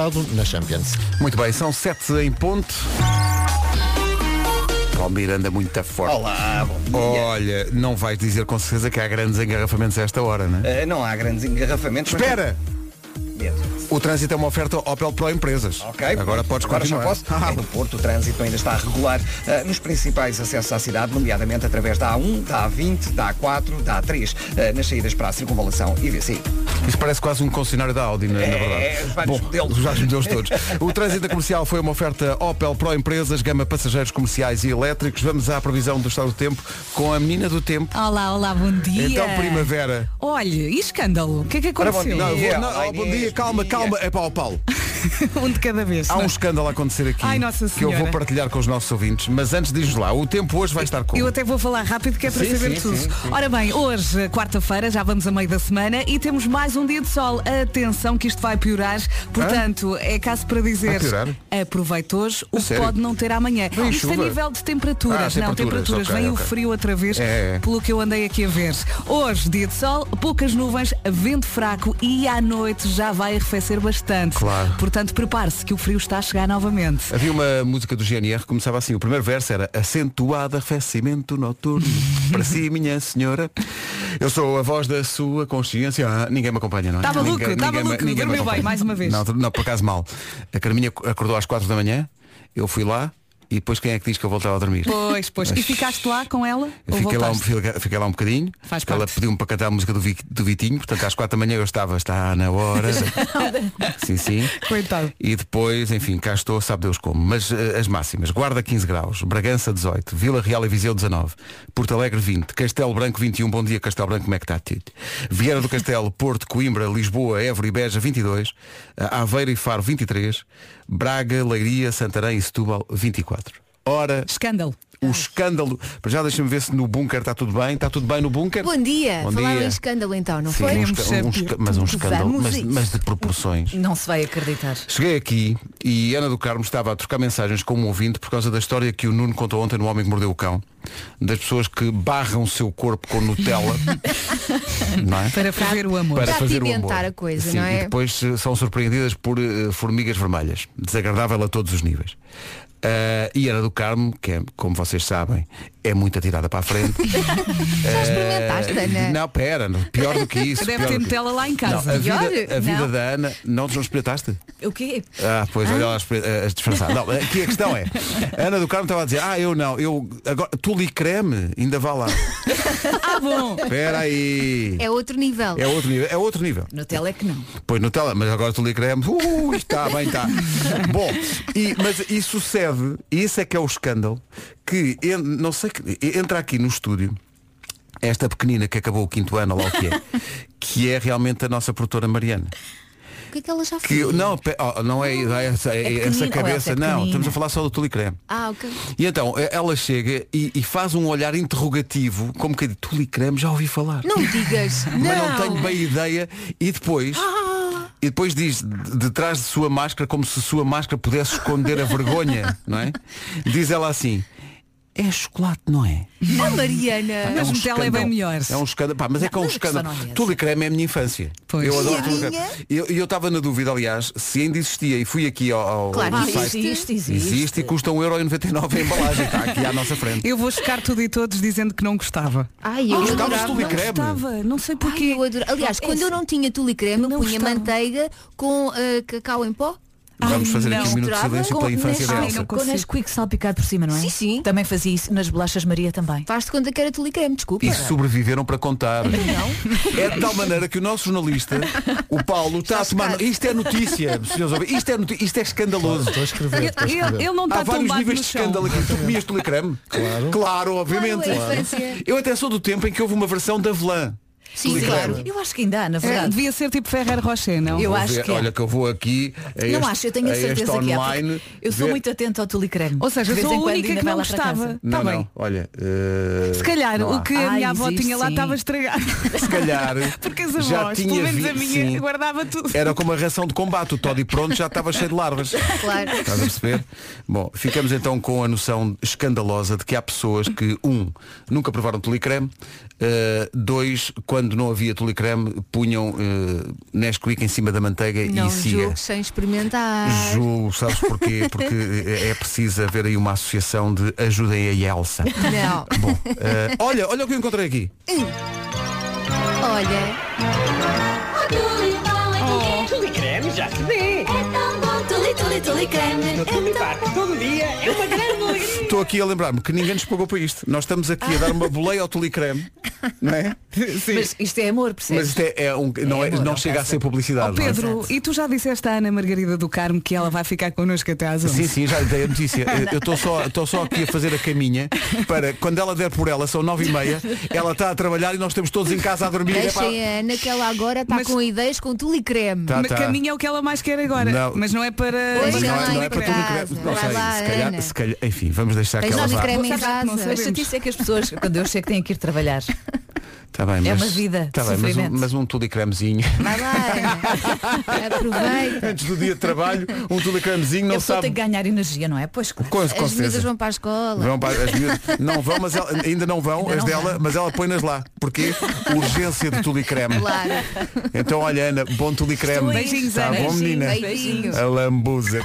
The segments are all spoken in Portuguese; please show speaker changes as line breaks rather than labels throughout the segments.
sábado na Champions.
Muito bem, são sete em ponto. Palmeira anda muito forte.
Olá, bom dia.
Olha, não vais dizer com certeza que há grandes engarrafamentos a esta hora, não é?
Eh, não há grandes engarrafamentos. mas-
Espera!
Medo.
O trânsito é uma oferta Opel Pro Empresas.
Ok.
Agora podes
Agora já
continuar.
posso.
Ah,
É, no Porto, o trânsito ainda está regular eh, nos principais acessos à cidade, nomeadamente através da A1, da A20, da A4, da A3, eh, nas saídas para a circunvalação e VCI.
Isso parece quase um concessionário da Audi, na, na verdade.
é, os
Bom,
vários modelos.
os vários modelos todos. O trânsito comercial foi uma oferta Opel Pro Empresas, gama passageiros comerciais e elétricos. Vamos à previsão do estado do tempo com a menina do tempo.
Olá, olá, bom dia.
Então, primavera.
Olha, e escândalo? O que é que
Ora, bom
aconteceu?
Não, eu vou-
dia,
não,
olá,
oh, bom
Inês,
dia, calma,
bom
calma. É para o Paulo.
um de cada vez.
Há
não
um
é?
escândalo a acontecer aqui
Ai, Nossa
que eu vou
Senhora.
partilhar com os nossos ouvintes, mas antes diz lá, o tempo hoje vai estar com.
Eu até vou falar rápido que é para
Sim,
saber
sim,
tudo.
sim, sim.
Ora bem, hoje, quarta-feira, já vamos a meio da semana e temos mais um dia de sol. Atenção que isto vai piorar. Portanto, é caso para dizer,
Vai piorar?
aproveite hoje o que
sério?
pode não ter amanhã.
Vem
isto
chuva?
a nível de temperaturas.
Ah,
não,
temperaturas,
temperaturas.
ok,
Vem
ok.
o frio outra vez,
É, é.
pelo que eu andei aqui a ver. Hoje, dia de sol, poucas nuvens, vento fraco e à noite já vai arrefecer bastante.
Claro.
Portanto, prepare-se que o frio está a chegar novamente.
Havia uma música do GNR que começava assim, o primeiro verso era acentuado arrefecimento noturno, para si, minha senhora. Eu sou a voz da sua consciência. Ah, ninguém me acompanha, não é?
Tá maluco,
Ninguém-
tá
ninguém me-
maluco,
ninguém me
dormiu
acompanha.
bem, mais uma vez.
Não, não, por acaso mal. A Carminha acordou às 4 da manhã, eu fui lá e depois quem é que diz que eu voltava a dormir?
Pois, pois. E ficaste lá com ela?
Eu
ou
fiquei lá, um,
voltaste?
fiquei- fiquei lá um bocadinho.
Faz
Ela
parte.
pediu-me para cantar a música do, Vi- do Vitinho, portanto às quatro da manhã eu estava, está na hora. sim, sim.
Coitado.
E depois, enfim, cá estou, sabe Deus como. Mas eh, as máximas, Guarda 15 graus, Bragança 18, Vila Real e Viseu 19, Porto Alegre 20, Castelo Branco 21, bom dia Castelo Branco, como é que está Tito? Vieira do Castelo, Porto, Coimbra, Lisboa, Évora e Beja 22, eh, Aveiro e Faro 23, Braga, Leiria, Santarém e Setúbal 24. Ora,
Escândalo.
o escândalo. Para já deixa-me ver se no bunker está tudo bem. Está tudo bem no bunker?
Bom dia.
Bom
Falaram
dia.
em escândalo então, não
Sim,
foi?
um
Queremos
esca- um
saber
esca- mas um
tudo.
escândalo,
Vamos
mas,
a isso.
mas de proporções.
Não se vai acreditar.
Cheguei aqui e Ana do Carmo estava a trocar mensagens com um ouvinte por causa da história que o Nuno contou ontem no Homem que Mordeu o Cão, das pessoas que barram o seu corpo com Nutella, não é?
Para fazer o amor.
para
Para
fazer o
apimentar
amor.
a coisa,
Sim,
não é?
E depois eh, são surpreendidas por eh, formigas vermelhas. Desagradável a todos os níveis. Ah, e Ana do Carmo, que é, como vocês sabem, é muito atirada para a frente.
Já experimentaste,
Eh,
Ana?
Não, pera, não, pior do que isso.
Deve
pior
ter
do que-
Nutella lá em casa.
Não, a
Pior?
vida, a vida
Não.
da Ana, não, não experimentaste?
O quê?
Ah, pois, olha lá a disfarçar. Não, aqui a questão é, a Ana do Carmo estava a dizer, ah, eu não, eu agora, tu li creme, ainda vá lá.
Ah, bom.
Espera aí.
É outro nível.
É outro nível, é outro nível.
Nutella é que não.
Pois Nutella, mas agora tu lhe creme. Uh, está bem, está. Bom, e, mas e sucede, e esse é que é o escândalo, que en- não sei que entra aqui no estúdio esta pequenina que acabou o quinto ano, lá o que é, que é realmente a nossa produtora Mariana.
O que é que ela já
Que
fez?
não, pe- oh, não é, é essa, é
pequenina,
essa
ou
cabeça,
essa é
não,
pequenina?
estamos a falar só do tulicreme.
Ah, ok.
E então, eh, ela chega e, e faz um olhar interrogativo, como que é tulicreme, já ouvi falar
Não digas. não.
mas não tenho bem ideia. E depois, e depois diz de, de trás de sua máscara, como se sua máscara pudesse esconder a vergonha, não é? Diz ela assim. É chocolate, não é?
Ah, Mariana.
Mas Nutella é
um escândalo.
bem melhor.
É um escândalo. Pá, mas é que é um
mas a questão
escândalo.
não é essa.
Tudo e creme é a minha infância.
Pois.
Eu
E
adoro
a
tudo e creme.
minha?
E Eu eu estava na dúvida, aliás, se ainda existia e fui aqui ao, ao
Claro,
ao
existe.
site.
Existe, existe.
Existe e custa 1,99€ a embalagem. Está aqui à nossa frente.
Eu vou chocar tudo e todos dizendo que não gostava.
Ai, eu
Gostavas de
adorava.
Ah, tudo e creme?
Gostava, não sei
Ai,
porquê.
eu adorava. Aliás, quando eu não tinha tule creme, eu
Não
punha
gostava.
manteiga com ah, cacau em pó.
Vamos
Ai,
fazer
não.
aqui um minuto de
Misturava
silêncio pela
com
infância
Nescau.
da
Ai,
Elsa.
não
Com
consigo.
Nesquik salpicado por cima, não é?
Sim, sim.
Também fazia isso. Nas bolachas Maria também.
Faz-te conta que era tule creme, desculpa.
E sobreviveram para contar. É de tal maneira que o nosso jornalista, o Paulo, está a tomar.
chocado.
Isto é notícia, senhores ouvintes. Isto é, noti- isto é escandaloso.
Estou a escrever, estou a
Ele,
escrever.
ele não
Há
está
vários
tombado
níveis
no
de
chão.
escândalo aqui. Tu comias tulicreme?
Claro.
Claro, obviamente.
Claro, é infância.
Eu até sou do tempo em que houve uma versão da Velã.
Sim, claro.
Eu acho que ainda há, na
É,
verdade.
devia ser tipo Ferrer Rocher, não?
Eu
Vou
acho
ver-
que é.
Olha que eu vou aqui. a
não
este-
acho, eu tenho a
a este
certeza que é.
online,
porque Eu sou
ver-
muito atenta ao tulicreme.
Ou seja,
De vez
sou a
em quando
única
ainda
que
vai
não
lá para
gostava.
casa.
Não,
Tá
não,
bem.
olha.
Se calhar
não há.
o que a
Ah,
minha avó
existe,
tinha lá
sim.
estava estragado.
Se calhar.
Porque as
já
avós,
tinha
pelo menos
vi-
a minha,
sim.
guardava tudo.
Era como a ração de combate, o Toddy pronto já estava cheio de larvas.
Claro.
Estás a perceber? Bom, ficamos então com a noção escandalosa de que há pessoas que, um, nunca provaram telecreme, uh, dois, quando quando não havia tulicreme, punham eh, Nesquik em cima da manteiga
Não
e siga.
julgo sem experimentar.
Julgo, sabes porquê? Porque é é preciso haver aí uma associação de ajudem a Elsa.
Não.
Bom, eh, olha, olha o que eu encontrei aqui.
Olha,
Oh, Tulicreme já se
É
vê.
tuli, tuli, tuli creme.
No Tulipark, todo dia é uma grande alegria.
Estou aqui a lembrar-me que ninguém nos pagou para isto. Nós estamos aqui a dar uma boleia ao tulicreme, não é? Sim.
Mas isto é amor,
Mas
percebes?
isto é, é um, não, é-
amor,
não
não
chega a
passa.
ser publicidade. não é?
Oh, Pedro, e tu já disseste à Ana Margarida do Carmo que ela vai ficar connosco até às 11?
Sim, sim, já lhe dei a notícia. Eu- Eu estou só, estou só aqui a fazer a caminha para quando ela der por ela, são nove e meia, ela está a trabalhar e nós estamos todos em casa a dormir. Epá,
Deixem a Ana que ela agora está
Mas-
com ideias com tule creme.
é, Tá,
Mas
tá.
caminho é o que ela mais quer agora.
Não.
Mas não é para.
Pois,
Mas não,
ela
é, não é
em
para tudo
casa.
que Não
Vai
sei,
lá,
se calhar,
Ana.
se calhar- enfim, vamos deixar que
Tens
ela
nós de
vá.
creme em
Sabes que não
casa.
A chatice é que as pessoas, quando eu chego, têm que ir trabalhar.
Tá bem, mas,
É uma vida de
Tá bem, mas, um-
sofrimento.
mas um tulicremezinho.
Vai lá, Ana. Aproveita.
Antes do dia de trabalho, um tulicremezinho
a
não
pessoa tem
sabe.
que ganhar energia, não é? Pois claro.
Com, com
As meninas
certeza.
vão para a escola.
Vão para- as miúdas- não vão, mas ela- ainda não vão, as
não
dela,
vão.
mas ela põe-nas lá. Porque urgência de tulicreme.
Claro.
Então olha Ana, bom tulicreme.
Beijinhos,
tá
Ana.
bom menina.
Beijinhos.
A lambuza.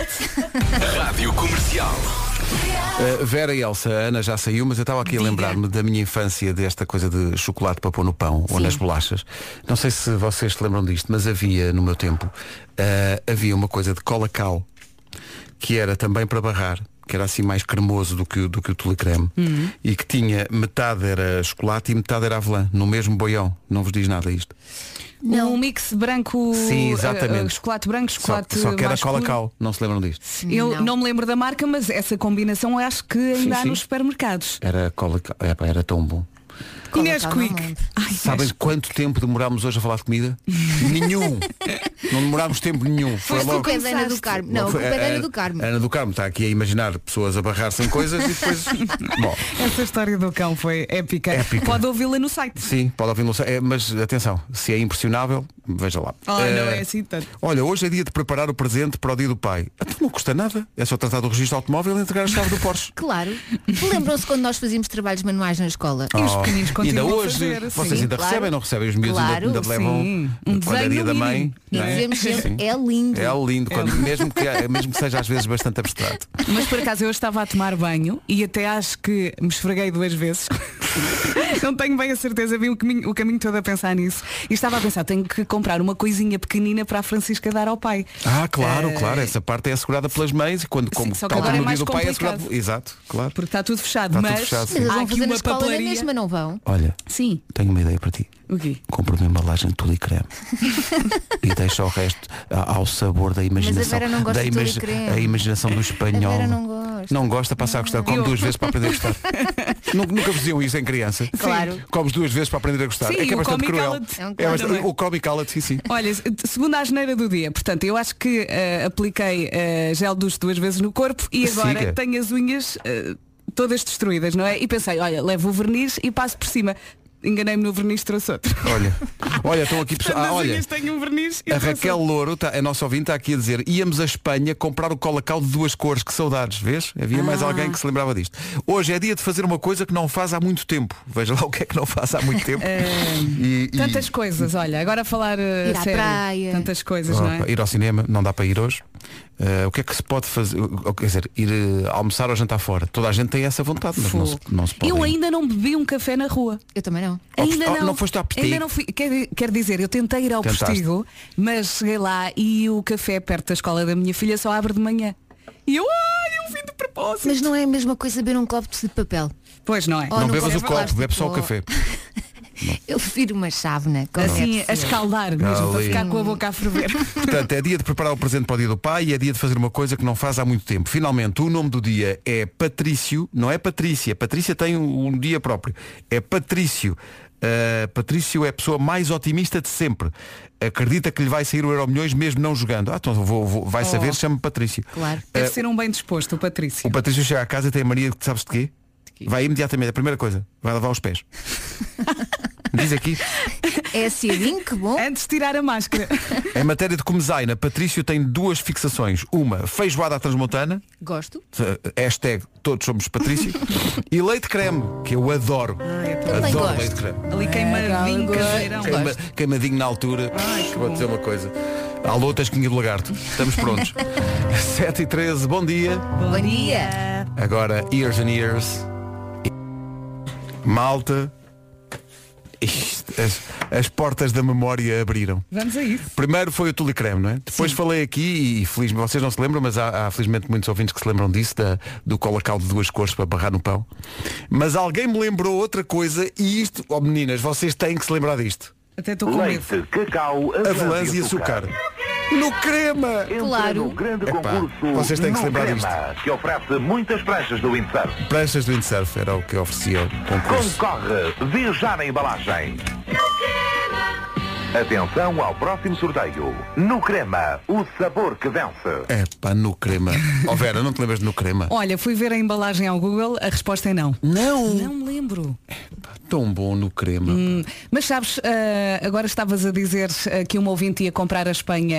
Uh, Vera e Elsa, a Ana já saiu, mas eu estava aqui a lembrar-me da minha infância desta coisa de chocolate para pôr no pão ou nas bolachas. Não sei se vocês se lembram disto, mas havia no meu tempo, uh, havia uma coisa de cola cal, que era também para barrar, que era assim mais cremoso do que, o- do que o tulicreme,
Hum.
e que tinha metade era chocolate e metade era avelã, no mesmo boião. Não vos diz nada isto.
Um mix branco.
Sim, exatamente.
eh, eh, chocolate branco,
Só,
chocolate.
só que era
mais
cola
escuro.
cal, não se lembram disto.
Eu não.
Não.
me lembro da marca, mas essa combinação acho que ainda
Sim,
há
sim.
nos supermercados.
Era cola cal, Epá, era tão bom.
Cola Cal, não é?
Nesquik.
lembro.
Ai,
Sabem quanto tempo demorámos hoje a falar de comida? nenhum! Não demorámos tempo nenhum. Foi
Mas
logo.
culpa é da Ana do Carmo. Não, a
Foi-
culpa é da Ana
a-
do Carmo.
a Ana do Carmo está aqui a imaginar pessoas a barrar-se em coisas e depois. Bom,
Essa história do cão foi É épica.
Épica.
Pode ouvi-la no site.
sim, pode ouvir no é, Mas atenção, se é impressionável, veja lá.
Ah,
Eh,
não é assim tanto.
Olha, hoje é dia de preparar o presente para o dia do pai. Então não custa nada. É só tratar do registro automóvel e entregar a chave é, do Porsche.
Claro. Lembram-se quando nós fazíamos trabalhos manuais na escola?
E os pequeninos
E Oh. ainda
continuam a
hoje,
fazer.
vocês
sim.
ainda
claro.
recebem, não recebem? Os miúdos ainda-
Claro,
ainda, levam
sim. Um
quando é
desenho
dia da
no
mãe.
mínimo.
E
não é?
dizemos
Sim.
sempre, é lindo.
É lindo, quando, mesmo, que, eh, mesmo que seja às vezes bastante abstrato.
Mas por acaso eu estava a tomar banho e até acho que me esfreguei duas vezes. Não tenho bem a certeza, vi o caminho, o caminho todo a pensar nisso. E estava a pensar, tenho que comprar uma coisinha pequenina para a Francisca dar ao pai.
Ah, claro,
Eh,
claro. Essa parte é assegurada pelas mães e quando, como
só que
tal
agora
como
é
no dia
mais
do pai, é assegurado.
complicado.
Exato, claro.
Porque está tudo fechado.
Está tudo
mas
fechado, sim.
Mas eles
há
vão
aqui
fazer na
uma
escola na
papelaria.
mesma, não vão?
Olha,
Sim.
tenho uma ideia para ti.
O quê?
Compra uma embalagem de tule e creme e deixa o resto a- ao sabor da imaginação.
Vera não gosta
da
de tule e
imagi-
creme.
a imaginação do espanhol.
A Vera não gosta.
Não gosta, passa a gostar. Come
Eu-
duas vezes para aprender a gostar. nunca, nunca faziam isso em criança.
Claro.
Comes duas vezes para aprender a gostar.
Sim,
é que é
o
bastante
come e
cruel.
cala-te.
É um
É
cala-te,
bastante-
não é?
o come e cala-te, sim, sim.
Olha, segundo a asneira do dia, portanto, eu acho que eh, apliquei eh, gel duche duas vezes no corpo e agora
Siga.
tenho as unhas eh, todas destruídas, não é? E pensei, olha, levo o verniz e passo por cima. Enganei-me no verniz, trouxe outro.
Olha, olha, estão aqui pessoas.
Portanto,
Ah,
as
olha,
unhas têm um verniz e
A
trouxe
Raquel Louro, tá, a nossa ouvinte, está aqui a dizer Íamos a Espanha comprar o colacau de duas cores Que saudades, vês? Havia
Ah.
mais alguém que se lembrava disto Hoje é dia de fazer uma coisa que não faz há muito tempo Veja lá o que é que não faz há muito tempo E- e-
É, Tantas coisas, olha, agora a falar eh,
Ir à
sério,
praia.
tantas coisas,
Oh,
não é?
pá, Ir ao cinema, não dá para ir hoje Eh, O que é que se pode fazer? O- Quer dizer, ir eh, almoçar ou jantar fora Toda a gente tem essa vontade, mas não se, não se pode
eu
ir.
ainda não bebi um café na rua.
Eu também não.
Ao
Ainda
postigo-
não,
não foste ao postigo?
ainda não fui. Quer, di- quer dizer, eu tentei ir ao
Tentaste.
postigo, mas cheguei lá e o café perto da escola da minha filha só abre de manhã. E eu, ai, eu vim de propósito.
Mas não é a mesma coisa beber um copo de papel.
Pois não é?
Oh,
Não
não
bebas
pode
o copo,
falar-se
bebe só o
tipo-
café
Eu prefiro uma chávena. como
assim,
é
a
possível.
escaldar mesmo, para
Ali.
ficar com a boca a ferver.
Portanto, é dia de preparar o presente para o dia do pai e é dia de fazer uma coisa que não faz há muito tempo. Finalmente, o nome do dia é Patrício, não é Patrícia. Patrícia tem um, um dia próprio. É Patrício. Uh, Patrício é a pessoa mais otimista de sempre. Acredita que lhe vai sair o Euro Milhões mesmo não jogando. Ah, então vou- vou- vai saber, chama me Patrício.
Claro.
Eh,
Deve ser um bem disposto, o Patrício.
o Patrício chega à casa e tem a Maria que sabes de quê? Vai imediatamente, a primeira coisa, vai lavar os pés. Diz aqui,
É acidinho, que bom.
Antes de tirar a máscara.
em matéria de comezaina, Patrício tem duas fixações. Uma, feijoada à transmontana, eh,
Gosto.
hashtag todos somos Patrício, e leite creme, que eu adoro.
Também
adoro
gosto.
leite creme.
Ali queimadinho,
Gosto.
caseirão.
Queima-
Queima- queimadinho na altura. Vou dizer uma coisa. Alô, Tasquinha do Lagarto. Estamos prontos. 7 e 13, bom dia.
Bom dia.
Agora, Ears and Ears. Malta. Isto, as, as portas da memória abriram.
Vamos a isso.
Primeiro foi o Tule Creme, não é? Depois falei aqui, e felizmente, vocês não se lembram, mas há, há, felizmente muitos ouvintes que se lembram disso, da, do cola caldo de duas cores para barrar no pão. Mas alguém me lembrou outra coisa e isto, oh meninas, vocês têm que se lembrar disto.
Até estou com medo.
Leite, cacau,
Avelãs e açúcar. No crema!
Entra
Claro.
no grande
Epá,
concurso
vocês têm que se
no
lembrar
Crema, que oferece muitas pranchas do Windsurf.
Pranchas do Windsurf era o que oferecia o concurso.
Concorre, vê já na embalagem. Atenção ao próximo sorteio. No Crema, o sabor que vence.
É pá, no crema. Ó Vera, não te lembras de no crema?
Olha, fui ver a embalagem ao Google, a resposta é não.
Não!
Não me lembro.
Tão bom no crema.
Hum. Mas sabes, ah, agora estavas a dizer ah, que uma ouvinte ia comprar a Espanha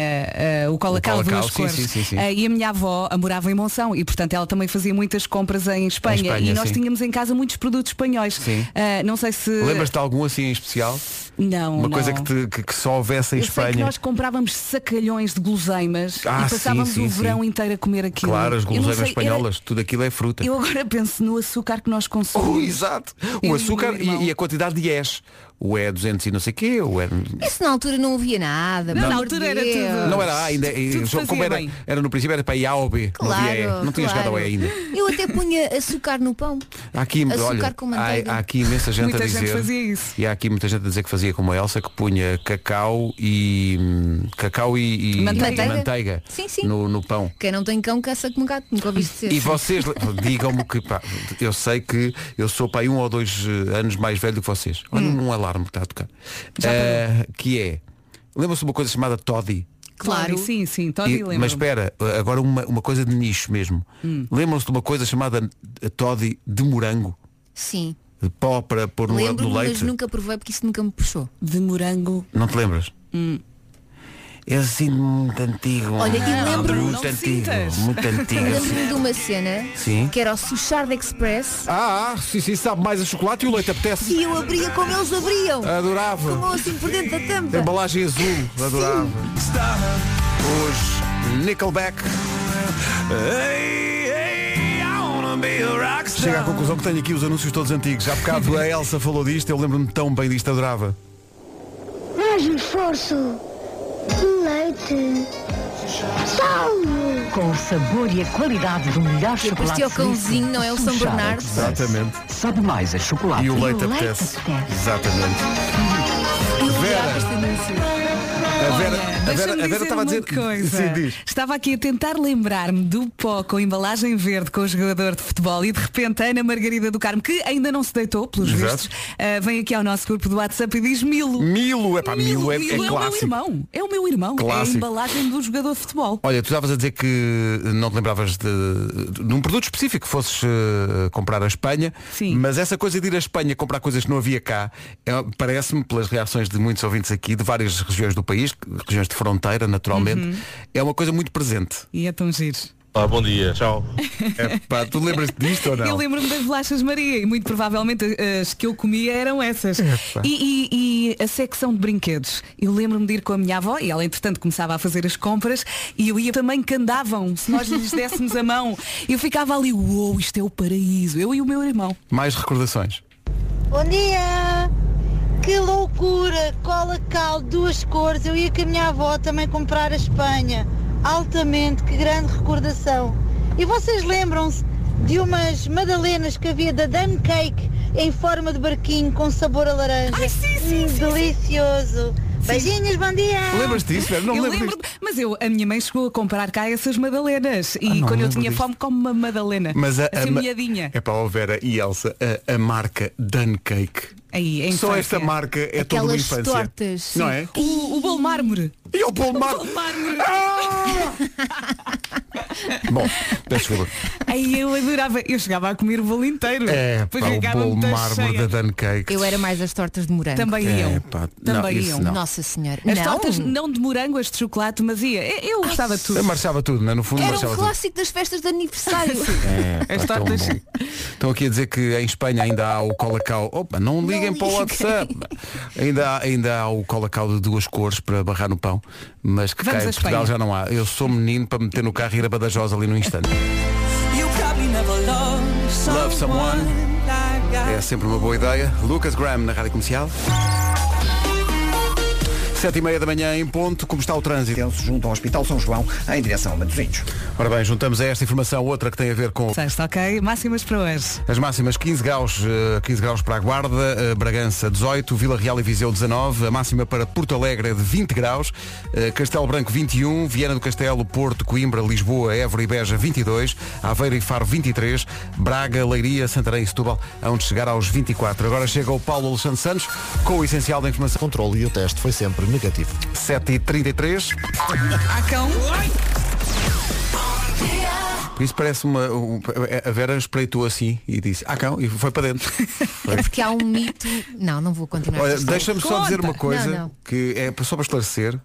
ah, o cola
O
cal
Cola-Cal,
duas
sim,
cores.
sim, sim, sim.
Ah, e a minha avó ah, morava em Monção e portanto ela também fazia muitas compras em Espanha.
Espanha,
e nós
sim.
tínhamos em casa muitos produtos espanhóis.
Sim.
Ah, não sei se.
Lembras-te de algum assim em especial?
Não.
Uma
não.
coisa que, te- que- que só houvesse em
Eu sei que
Espanha.
nós comprávamos sacalhões de guloseimas
Ah,
e passávamos
sim, sim,
o verão
sim.
inteiro a comer aquilo.
Claro, as
Eu não
guloseimas
sei, era-
espanholas, tudo aquilo é fruta.
Eu agora penso no açúcar que nós
Oh,
consumimos.
exato!
Eu
O
e
açúcar
o meu irmão.
e, e a quantidade de és. O é 200 e não sei quê, o é...
Isso na altura não havia nada.
Não,
pelo
na
amor de
altura era
Deus.
tudo-
Não era A ainda, e-
Tudo fazia
como era,
bem.
era no princípio era para I A ou B, não havia E.
Claro,
Não tinha
claro.
chegado ao E ainda.
Eu até punha açúcar no pão.
Há aqui,
Açúcar
olha,
com manteiga.
há, há aqui imensa gente
Muita
a
gente
dizer.
fazia isso.
E há aqui muita gente a dizer que fazia como a Elsa, que punha cacau e. hum, cacau e, e-
Manteiga.
e manteiga
Sim, sim.
No, no pão.
Quem não tem cão caça com gato, nunca ouviste dizer.
E vocês digam-me que pá, eu sei que eu sou pai um ou dois eh, anos mais velho do que vocês. Olha
Hum.
um alarme que está a tocar. Eh, que é. Lembram-se de uma coisa chamada Toddy?
Claro.
Sim, sim,
E-
Toddy lembra.
mas espera, eh, agora uma, uma coisa de nicho mesmo.
Hum.
Lembram-se de uma coisa chamada eh, Toddy de morango?
Sim.
De pó para pôr no,
Lembro-me,
no leite?
mas nunca provei porque isso nunca me puxou.
De morango. hum.
Não te lembras? É assim muito antigo.
Olha, e
Muito
lembro-me-
Ah, muito
Não
antigo.
sintas.
Muito antigo.
Lembro-me de uma cena
Sim.
que era o Suchard Express
ah, ah, sim, sim, sabe mais a chocolate e o leite apetece.
e eu abria como eles abriam.
Adorava.
Como assim por dentro da
A
tampa.
Embalagem azul, adorava. Hoje, Nickelback. Chega à conclusão que tenho aqui os anúncios todos antigos. Há bocado a Elsa falou disto, eu lembro-me tão bem disto, adorava.
Mais esforço. Leite. Sal.
Com o sabor e a qualidade do melhor
Depois
chocolate
tinha o cãozinho, não é o São Bernardo.
Exatamente.
Sabe mais a chocolate.
é E o leite apetece. Exatamente.
E eu
Vera.
adorava este anúncio.
A Vera, a Vera,
Deixa-me
a Vera
dizer
estava a
uma
dizer.
coisa.
Sim, diz.
Estava aqui a tentar lembrar-me do pó com embalagem verde com o jogador de futebol e de repente a Ana Margarida do Carmo, que ainda não se deitou, pelos
Exato.
vistos, ah, vem aqui ao nosso grupo do WhatsApp e diz Milo.
Milo, epá, Milo é, é
Milo o meu
clássico.
irmão. É o meu irmão. É
Clássico.
a embalagem do jogador de futebol.
Olha, tu estavas a dizer que não te lembravas de, de um produto específico que fosses eh, comprar a Espanha,
Sim.
mas essa coisa de ir à Espanha comprar coisas que não havia cá, é- parece-me, pelas reações de muitos ouvintes aqui, de várias regiões do país, regiões de fronteira, naturalmente, é uma coisa muito presente.
Uhum. E é tão giro.
Pá, bom dia, tchau.
Epá, tu lembras-te disto ou não?
Eu lembro-me das bolachas Maria e muito provavelmente as que eu comia eram essas. E, e- e a secção de brinquedos. Eu lembro-me de ir com a minha avó e ela entretanto começava a fazer as compras e eu ia também que andavam, se nós lhes dessemos a mão. Eu ficava ali, uou, isto é o paraíso. Eu e o meu irmão.
Mais recordações.
Bom dia. Que loucura. Cola cal, duas cores. Eu ia com a minha avó também comprar a Espanha. Altamente, que grande recordação. E vocês lembram-se de umas madalenas que havia da Dan Cake em forma de barquinho com sabor a laranja?
Ai, sim, sim,
Hum,
sim, sim.
Delicioso. Beijinhos, bom dia.
Lembras-te disso? Vera? Não me
eu
lembro disto.
mas eu, a minha mãe chegou a comprar cá essas madalenas
Ah,
e
não
quando eu
lembro
tinha
disto.
fome como uma madalena. assim,
ma-
molhadinha.
É para a Vera e Elsa, a, a marca Dan Cake.
Aí, é
Só esta
infância.
marca é toda uma
Aquelas
infância.
tortas.
Não é?
O, o bolo mármore.
E o Ah! Paul
O bolo mármore.
Bom, peço desculpa.
Aí eu adorava. Eu chegava a comer o bolo inteiro.
É,
Pois
pá, o
ficava
bolo
muito
mármore
cheia.
da Dan Cake.
Eu era mais as tortas de morango.
Também iam.
É, pá, não,
Também
isso
iam.
não.
Nossa Senhora.
As
não.
tortas não de morango, as de chocolate, mas ia. Eu eu gostava de é tudo.
Marchava tudo, né? no fundo
Era
marchava
um
tudo.
clássico das festas de aniversário.
É,
As
pá, tão
tortas.
bom. Estão aqui a dizer que em Espanha ainda há o colacau. Opa, não liguem
Não
para o
liguem.
WhatsApp. Ainda há, ainda há o colacau de duas cores para barrar no pão, mas que
Vamos
cá em
à
Portugal já
Espanha.
não há. Eu sou menino para meter no carro e ir a Badajoz ali no instante. Love someone. É sempre uma boa ideia. Lucas Graham na Rádio Comercial. Sete e meia da manhã em ponto, como está o trânsito?
Tenso junto ao Hospital São João, em direção a Matosinhos.
Ora bem, juntamos a esta informação outra que tem a ver com
Sexta, ok? Máximas para hoje.
As máximas 15 graus, eh, 15 graus para a Guarda, eh, Bragança 18, Vila Real e Viseu 19, a máxima para Porto Alegre é de 20 graus, eh, Castelo Branco 21, Viana do Castelo, Porto, Coimbra, Lisboa, Évora e Beja 22, Aveiro e Faro 23, Braga, Leiria, Santarém e Setúbal, onde chegar aos 24. Agora chega o Paulo Alexandre Santos com o essencial da informação
Controle e o teste foi sempre negativo.
7h33.
Há cão.
Isso parece uma... um- a Vera espreitou assim e disse, ah cão, e foi para dentro.
É porque há um mito. Não, não vou continuar.
Olha,
esta história.
deixa-me só
Conta.
dizer uma coisa
Não, não.
que é só para esclarecer.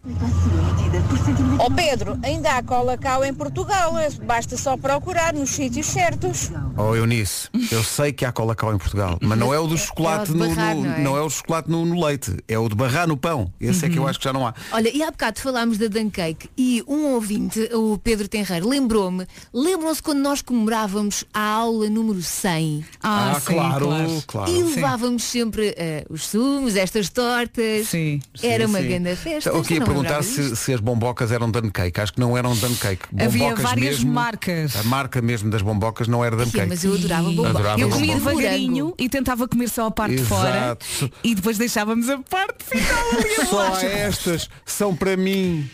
Ó Pedro, ainda há cola cal em Portugal, basta só procurar nos sítios certos.
Oh Eunice, eu sei que há colacau em Portugal, mas não é o do chocolate
de
no,
barrar,
no-
não é?
não é o do chocolate no, no leite, é o de barrar no pão. Esse é que
Uhum.
eu acho que já não há.
Olha, e há bocado falámos da Duncake e um ouvinte, o Pedro Tenreiro, lembrou-me, lembram-se quando nós comemorávamos a aula número 100
Ah, sim,
claro,
claro.
claro.
e levávamos sempre eh, os sumos, estas tortas.
Sim.
Era
Sim,
uma
sim.
grande festa.
Então, Eu queria
já não
perguntar
lembrava disto.
se, se as bombocas eram dan cake. Acho que não eram dan cake.
Havia
Bombocas
várias
mesmo,
marcas.
A marca mesmo das bombocas não era dan
Sim,
cake.
mas eu adorava
Ih,
bombom.
Adorava
Eu
Mas
comia
bom.
devagarinho e tentava comer só a parte de fora
Exato.
e depois deixávamos a parte final ali
Só é.
abaixo.
estas são para mim,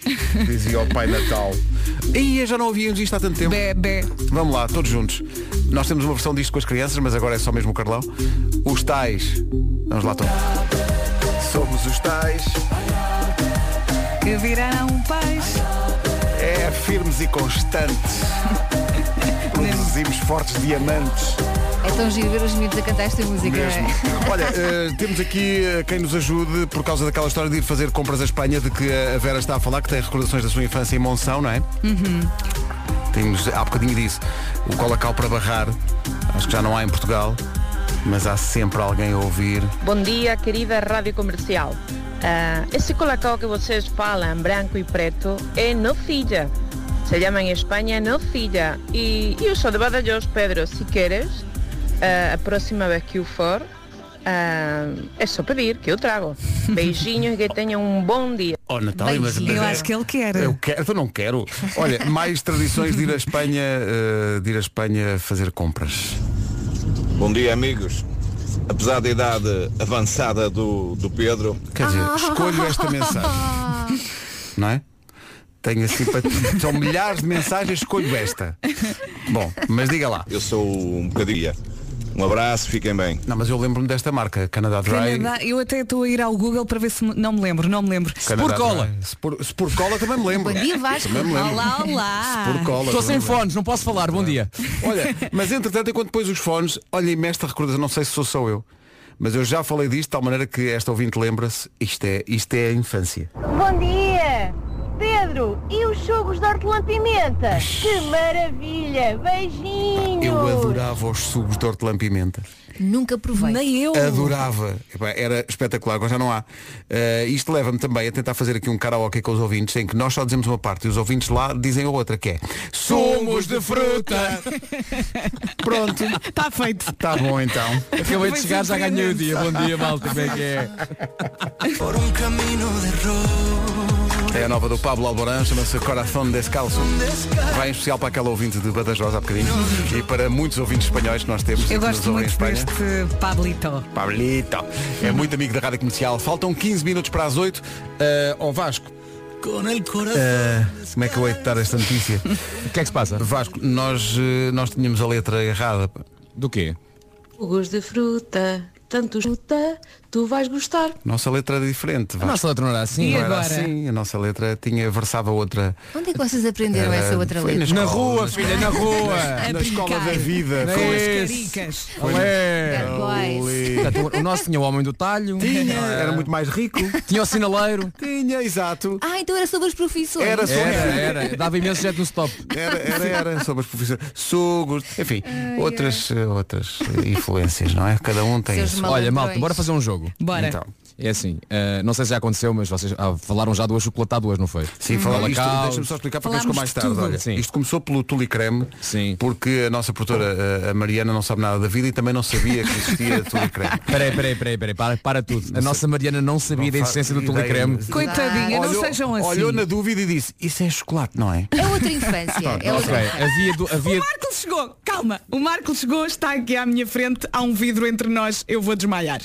dizia o Pai Natal. E eu já não ouvíamos isto há tanto tempo.
Bé, bé.
Vamos lá, todos juntos. Nós temos uma versão disto com as crianças, mas agora é só mesmo o Carlão. Os tais. Vamos lá, Tom. Somos os tais.
Que um virão pais.
É firmes e constantes. Produzimos fortes diamantes.
É tão giro ver os miúdos a cantar esta música.
é.
Mesmo. Olha, eh, temos aqui eh, quem nos ajude por causa daquela história de ir fazer compras à Espanha de que a Vera está a falar, que tem recordações da sua infância em Monção, não é? Uhum. Temos, há bocadinho disso, o colacal para barrar, acho que já não há em Portugal, mas há sempre alguém a ouvir.
Bom dia, querida Rádio Comercial. Ah, esse colacao que vocês falam, branco e preto, é nocilla. Se chama em Espanha nocilla. E eu sou de Badajoz, Pedro, se queres, ah, a próxima vez que eu for, ah, é só pedir que eu trago. Beijinhos e que tenham um bom dia.
Oh, Natália, mas,
Beijinho.
Eu
mas é-
acho que ele quer.
Eu quero, eu Então não quero. Olha, mais tradições de ir à Espanha, eh, de ir à Espanha fazer compras.
Bom dia, amigos. Apesar da idade avançada do, do Pedro,
Quer dizer,
Ah.
escolho esta mensagem. Não é? Tenho assim para... São milhares de mensagens, escolho esta. Bom, mas diga lá.
eu sou um bocadinho. Um abraço, fiquem bem.
Não, mas eu lembro-me desta marca, Canadá Dry.
Canadá, eu até estou a ir ao Google para ver se me- não me lembro, não me lembro.
Canadá
Por cola.
Dry. Se por, se por cola também me lembro.
Bom dia, Vasco.
Também me lembro.
Olá, olá.
Por cola.
Estou sem
também me lembro. É.
fones, não posso falar, bom dia.
Olha, mas entretanto, enquanto pôs os fones, olhem-me esta recordação, não sei se sou só eu, mas eu já falei disto de tal maneira que esta ouvinte lembra-se, isto é, isto é a infância.
Bom dia! Pedro, e os jogos de hortelã-pimenta? Que maravilha! Beijinhos!
Eu adorava os sugos de hortelã-pimenta.
Nunca provei.
Nem eu.
Adorava. Epá, Era espetacular, agora já não há. Eh, isto leva-me também a tentar fazer aqui um karaoke com os ouvintes, em que nós só dizemos uma parte e os ouvintes lá dizem a outra, que é Sumos de fruta! Pronto.
Está feito.
Tá bom então.
Acabei de
Foi
chegar, já ganhei o
surpreendente.
dia. Bom dia, malta, como é que é?
É a nova do Pablo Alboran, chama-se Coração Descalço. Vai em especial para aquela ouvinte de Badajoz há bocadinho e para muitos ouvintes espanhóis que nós temos. que
Eu
nos
gosto
ouvem em
muito
Espanha.
deste Pablito.
Pablito. É muito amigo da Rádio Comercial. Faltam 15 minutos para as 8. Ó Vasco. eh, como é que eu hei de dar esta notícia?
O que é que se passa?
Vasco, nós, eh, nós tínhamos a letra errada.
Do quê?
Jugos de fruta, tanto fruta,
tu vais gostar.
Nossa letra era diferente. A
nossa letra não era assim.
E
não era
agora?
assim. A nossa letra tinha versava outra.
Onde é que vocês aprenderam
Eh,
essa outra
foi na
letra?
escola, Na rua, na escola. filha, na rua.
Na
escola da vida.
Não é
Com as
esse.
caricas.
Olé,
Bad boys.
olé. Portanto, O nosso tinha o homem do talho.
Tinha, era muito
mais rico. Tinha o sinaleiro.
Tinha, exato.
Ah, então era sobre as profissões.
Era sobre-
Era, era. Dava imenso jeito no stop.
Era, era, era sobre as profissões. Sogros, enfim, outras, eh, outras eh, influências, não é? Cada um tem isso.
Olha, malta, bora fazer um jogo.
Bora. Então.
É assim, eh, não sei se já aconteceu, mas vocês ah, falaram já duas chocolatadas, duas, não foi?
Sim, falar isto, deixa-me só explicar para quem chegou mais tarde. Olha, isto começou pelo Tuli Creme, porque a nossa produtora, a- a Mariana, não sabe nada da vida e também não sabia que existia Tuli Creme.
Peraí, peraí, peraí, peraí, para, para tudo. A nossa Mariana não sabia
Não
da
faz
existência do
ideia.
Tulicreme.
Coitadinha, não
Olhou-
sejam assim.
Olhou na dúvida e disse, isso é chocolate, não é?
É outra infância.
é outra
Ah, Ok, havia, du- havia-
O Marco chegou, calma, o Marco chegou, está aqui à minha frente, há um vidro entre nós, eu vou desmaiar.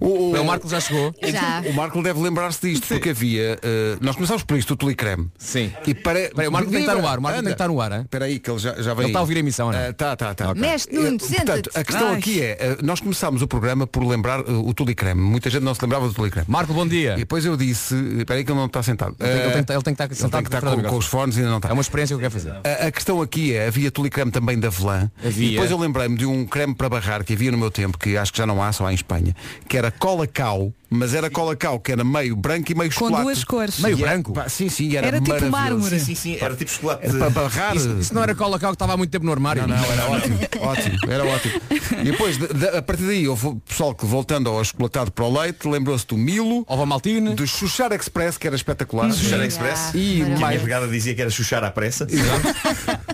O,
Não, o Marco já chegou.
Já.
Então, O Marco deve lembrar-se disto, porque havia. eh, nós começámos por isto, o Tuli Creme. Sim. E para...
Espera aí, o Marco tem que estar no ar, o Marco tem que estar no ar,
Espera aí, Eh, tá, que ele já, já vem.
Ele está a ouvir a emissão, não é?
Está, está, está.
Mestre Nuno,
Eh, Portanto,
senta-te.
a questão
Ai.
aqui é, eh, nós começámos o programa por lembrar eh, o Tuli Creme. Muita gente não se lembrava do Tuli Creme.
Marco, bom dia.
E depois eu disse, eh, espera aí que ele não está sentado.
Ele tem- ele tem-
Eh,
ele tem que estar sentado
tem que estar
para o
com,
microfone.
com os fones e ainda não está.
É uma experiência que eu quero fazer.
A, a questão aqui é, havia tulicreme também da Velã.
Havia.
E depois eu lembrei-me de um creme para barrar que havia no meu tempo, que acho que já não há, só há em Espanha, que era cola cal, mas era cola cal, que era meio branco e meio
Com
chocolate.
duas cores.
Meio
E é-
branco? Pá, sim, sim, era,
Era tipo
maravilhoso.
mármore. Sim,
Era tipo chocolate. para barrar.
Isso, isso não era cola cal que estava há muito tempo no armário.
Não, não, era ótimo, ótimo, era ótimo. E depois, de- de- a partir daí, houve o pessoal que voltando ao chocolatado para o leite, lembrou-se do Milo,
Ova Maltine,
do Xuxar Express, que era espetacular.
Uhum. Xuxar Express.
E
que a minha
mais
regada dizia que era chuchar à pressa.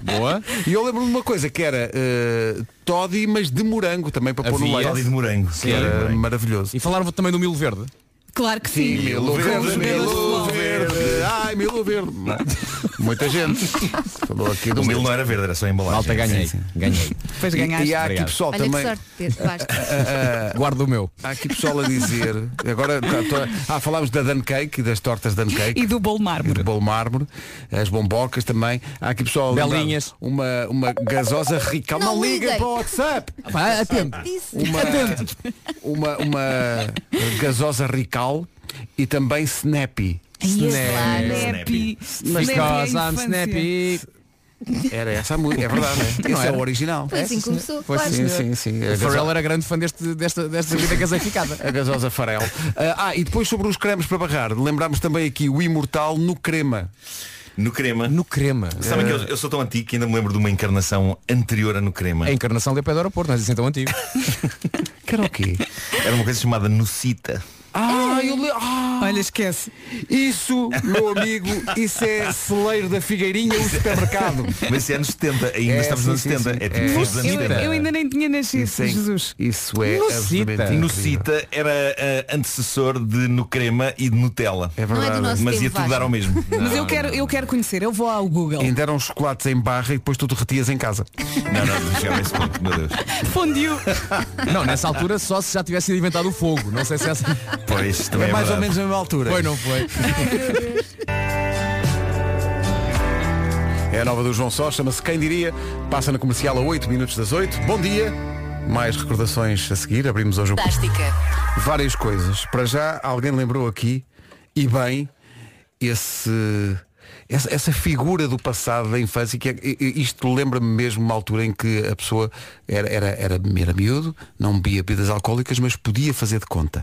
Boa.
E eu lembro-me de uma coisa que era eh, toddy, mas de morango também para pôr no
Havia
leite.
toddy de morango,
Que
sim.
era
Toddy de morango.
maravilhoso.
E falaram também do Milo Verde.
Claro que sim.
Milo verde, Milo verde, ai Milo verde. Muita gente. Falou aqui do
O mil não era verde, era só a embalagem.
Malta, ganhei. Ganhei.
Pois
E-
ganhaste.
E, há aqui
Obrigado.
pessoal
Olha
também. Ah,
que sorte de ter, Vasco.
Guardo o meu.
Há aqui pessoal a dizer. Agora tá, tô- ah, falámos da Dan Cake, das tortas Dan Cake.
E do bolo mármore.
Do bolo mármore. As bombocas também. Há aqui pessoal a lembrar
Belinhas.
Uma, uma gasosa rica. Não, liga para o WhatsApp.
Pá, atende.
Uma, uma, uma gasosa rical e também snappy.
é
Mas
Snappy. Snappy é a
Because I'm
infância.
snappy.
Era essa a música, é verdade.
Não
Não Esse é
era.
o original.
Foi assim que começou.
Foi
claro.
Sim, sim, sim.
O Farrell era grande fã deste, desta, desta vida gaseificada.
A gasosa farel. Ah, e depois sobre os cremes para barrar, lembramos também aqui o imortal no crema. Eh,
No crema.
No crema.
Sabem que eu, eu sou tão antigo que ainda me lembro de uma encarnação anterior a no crema.
A encarnação de pé do aeroporto, não é assim tão antigo.
Que era o quê?
Era uma coisa chamada nucita.
Ah, eu le... ah,
Olha, esquece.
Isso, meu amigo, isso é celeiro da Figueirinha, o supermercado.
Mas isso é anos 70, ainda
É,
estamos
sim,
nos
sim,
anos 70.
sim.
É tipo
É.
os anos
Eu,
70.
eu ainda nem tinha nascido,
Isso é-
Jesus.
Isso é
Nocita.
absolutamente incrível.
Nucita era ah, antecessor de no crema e de Nutella. É
Não é do verdade. nosso
Mas
tempo,
ia tudo
Vasco.
dar ao mesmo.
Mas eu quero, eu quero conhecer, eu vou ao Google.
Ainda eram chocolates em barra e depois tu derretias em casa.
Não, não, não chegava a esse ponto, meu Deus.
Fundiu.
Não, nessa altura só se já tivesse sido inventado o fogo. Não sei se essa.
Pois, também é,
mais ou
verdade.
menos a mesma altura.
Foi, não foi?
É a nova do João Só, chama-se Quem Diria. Passa na comercial a 8 minutos das 8. Bom dia. Mais recordações a seguir. Abrimos hoje o...
Fantástica.
várias coisas. Para já, alguém lembrou aqui, e bem, esse, essa, essa figura do passado da infância, que é- i- i- isto lembra-me mesmo uma altura em que a pessoa era, era, era, era miúdo, não bebia bebidas alcoólicas, mas podia fazer de conta.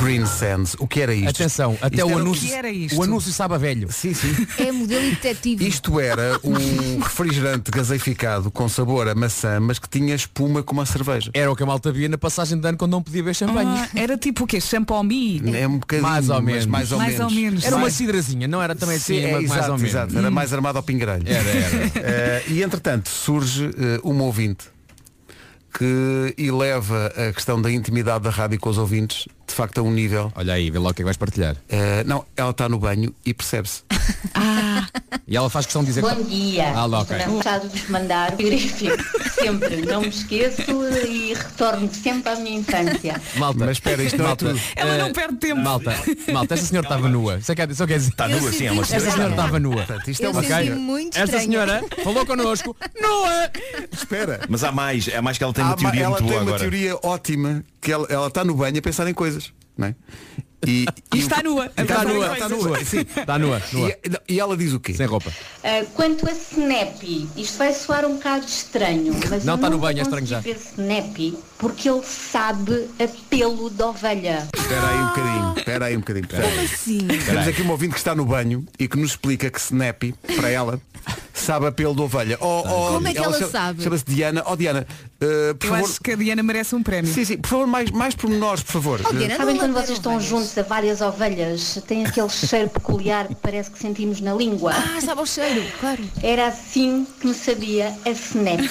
Green Sands, o que era isto?
Atenção, até
Isto
o
era-
anúncio- O que era isto? o anúncio sabe a velho.
Sim, sim.
É modelo e detetive.
Isto era um refrigerante gaseificado com sabor a maçã, mas que tinha espuma como a cerveja.
Era o que a malta via na passagem de ano quando não podia beber champanhe.
Ah, era tipo o quê? Champomi?
É um bocadinho,
mais ou
mas
menos.
mais ou
Mais ou
menos.
menos.
Era uma
Mais-
cidrazinha, não era também assim,
Sim,
mas
é,
mais
exato,
ou menos. Hum.
exato. Era mais armado ao pingarelho.
Era,
Eh, e entretanto surge eh, uma ouvinte que eleva a questão da intimidade da rádio com os ouvintes de facto a um nível. eh,
Olha aí, vê logo o que é que vais partilhar.
não, ela está no banho e percebe-se.
E ela faz questão de dizer
Bom dia.
Ah, lá, ok.
Também gostava de vos mandar fotografia. sempre. Não me esqueço e retorno sempre à minha infância.
Malta. Mas espera,
isto não é tudo. Ela não
perde tempo.
Malta, malta, esta senhora estava nua. Isso é que é- isso é que é dizer. Está
nua, sim, é uma senhora.
Esta senhora estava nua.
Portanto,
isto é Eu
uma senti-me
Ok?
muito
Esta
estranha.
senhora falou connosco. Nua!
Espera.
Mas há mais, é mais que ela tem
Há
uma
ma-
teoria
ela
muito
tem
boa
uma
agora.
teoria ótima, que ela, ela está no banho a pensar em coisas. Não é? E,
E está nua.
Está,
Está
nua,
nua,
está
coisas.
nua. Sim.
Está nua, nua.
E, é, não, e ela diz o quê? Sem
roupa.
Ah, quanto a Snappy, isto vai soar um bocado estranho, mas
Não,
eu
tá no
nunca
banho, é estranho já.
consegui ver Snappy porque ele sabe a pelo de ovelha.
Espera aí um bocadinho. Espera aí um bocadinho. espera aí.
assim?
Temos aqui um ouvinte que está no banho e que nos explica que Snappy, para ela, sabe a pelo de ovelha. Oh, oh,
Como é que ela
chama-
sabe?
Chama-se Diana. Oh Diana, eh, por
Eu
favor.
acho que a Diana merece um prémio.
Sim, sim, por favor, mais, mais pormenores, por favor.
Oh,
Eh,
Sabem quando vocês estão juntos a várias ovelhas, tem aquele cheiro peculiar que parece que sentimos na língua. Ah, sabe o cheiro, claro. Era assim que me sabia a Snappy.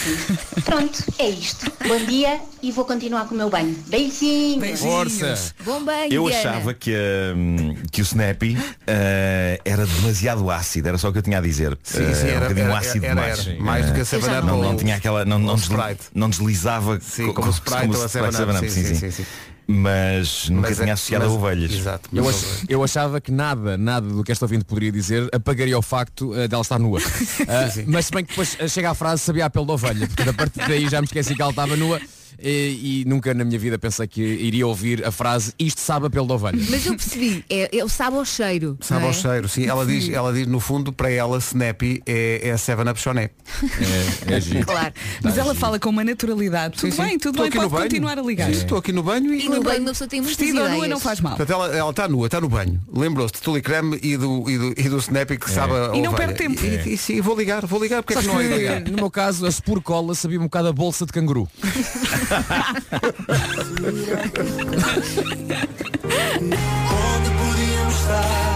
Pronto, é isto. Bom dia e vou continuar com o meu banho. Beijinhos!
Força.
Bom banho,
Eu
Diana.
achava que, hum, que o Snappy eh, era demasiado ácido, era só o que eu tinha a dizer.
Sim,
Eh,
sim, era-
um bocadinho
era-
ácido
era-
demais.
era. Mais do que a
Eh,
Seven Eu já Up
não,
ou-
não tinha aquela. Não, não, desli- não deslizava co-
como o Sprite ou a
se-
Seven
Seven
Up,
Up,
sim,
sim,
sim,
sim. Mas nunca
Mas é-
tinha associado
mas-
a ovelhas.
exato,
Eu, ach- eu achava que nada, nada do que esta ouvinte poderia dizer apagaria o facto eh, dela estar nua. Ah, mas se bem que depois eh, chega à frase sabia a pele da ovelha, porque a partir daí já me esqueci que ela estava nua e, e nunca na minha vida pensei que iria ouvir a frase isto sabe a pele da ovelha.
Mas eu percebi, é, ele sabe ao cheiro.
Sabe
não
ao
é?
cheiro, sim. Ela diz, ela diz, no fundo, para ela, Snappy é, é a Seven Up Choné.
É,
Claro.
Tá
Mas ela fala com uma naturalidade. Tudo bem, tudo bem, pode continuar a ligar.
Estou aqui no banho Tá. e.
E no banho uma pessoa tem muitas
Vestido ou nua
ideias.
não faz mal.
Portanto, ela, ela está nua, está no banho. Lembrou-se de Tuli Creme e do, e do, É. e do Snappy
É.
que sabe a
E não
ovelha.
perde tempo.
E, é e- e sim, vou ligar, vou ligar, porque é que
Sabes
não é
que,
ligar?
no meu caso, a Spur Cola sabia um bocado a bolsa de canguru.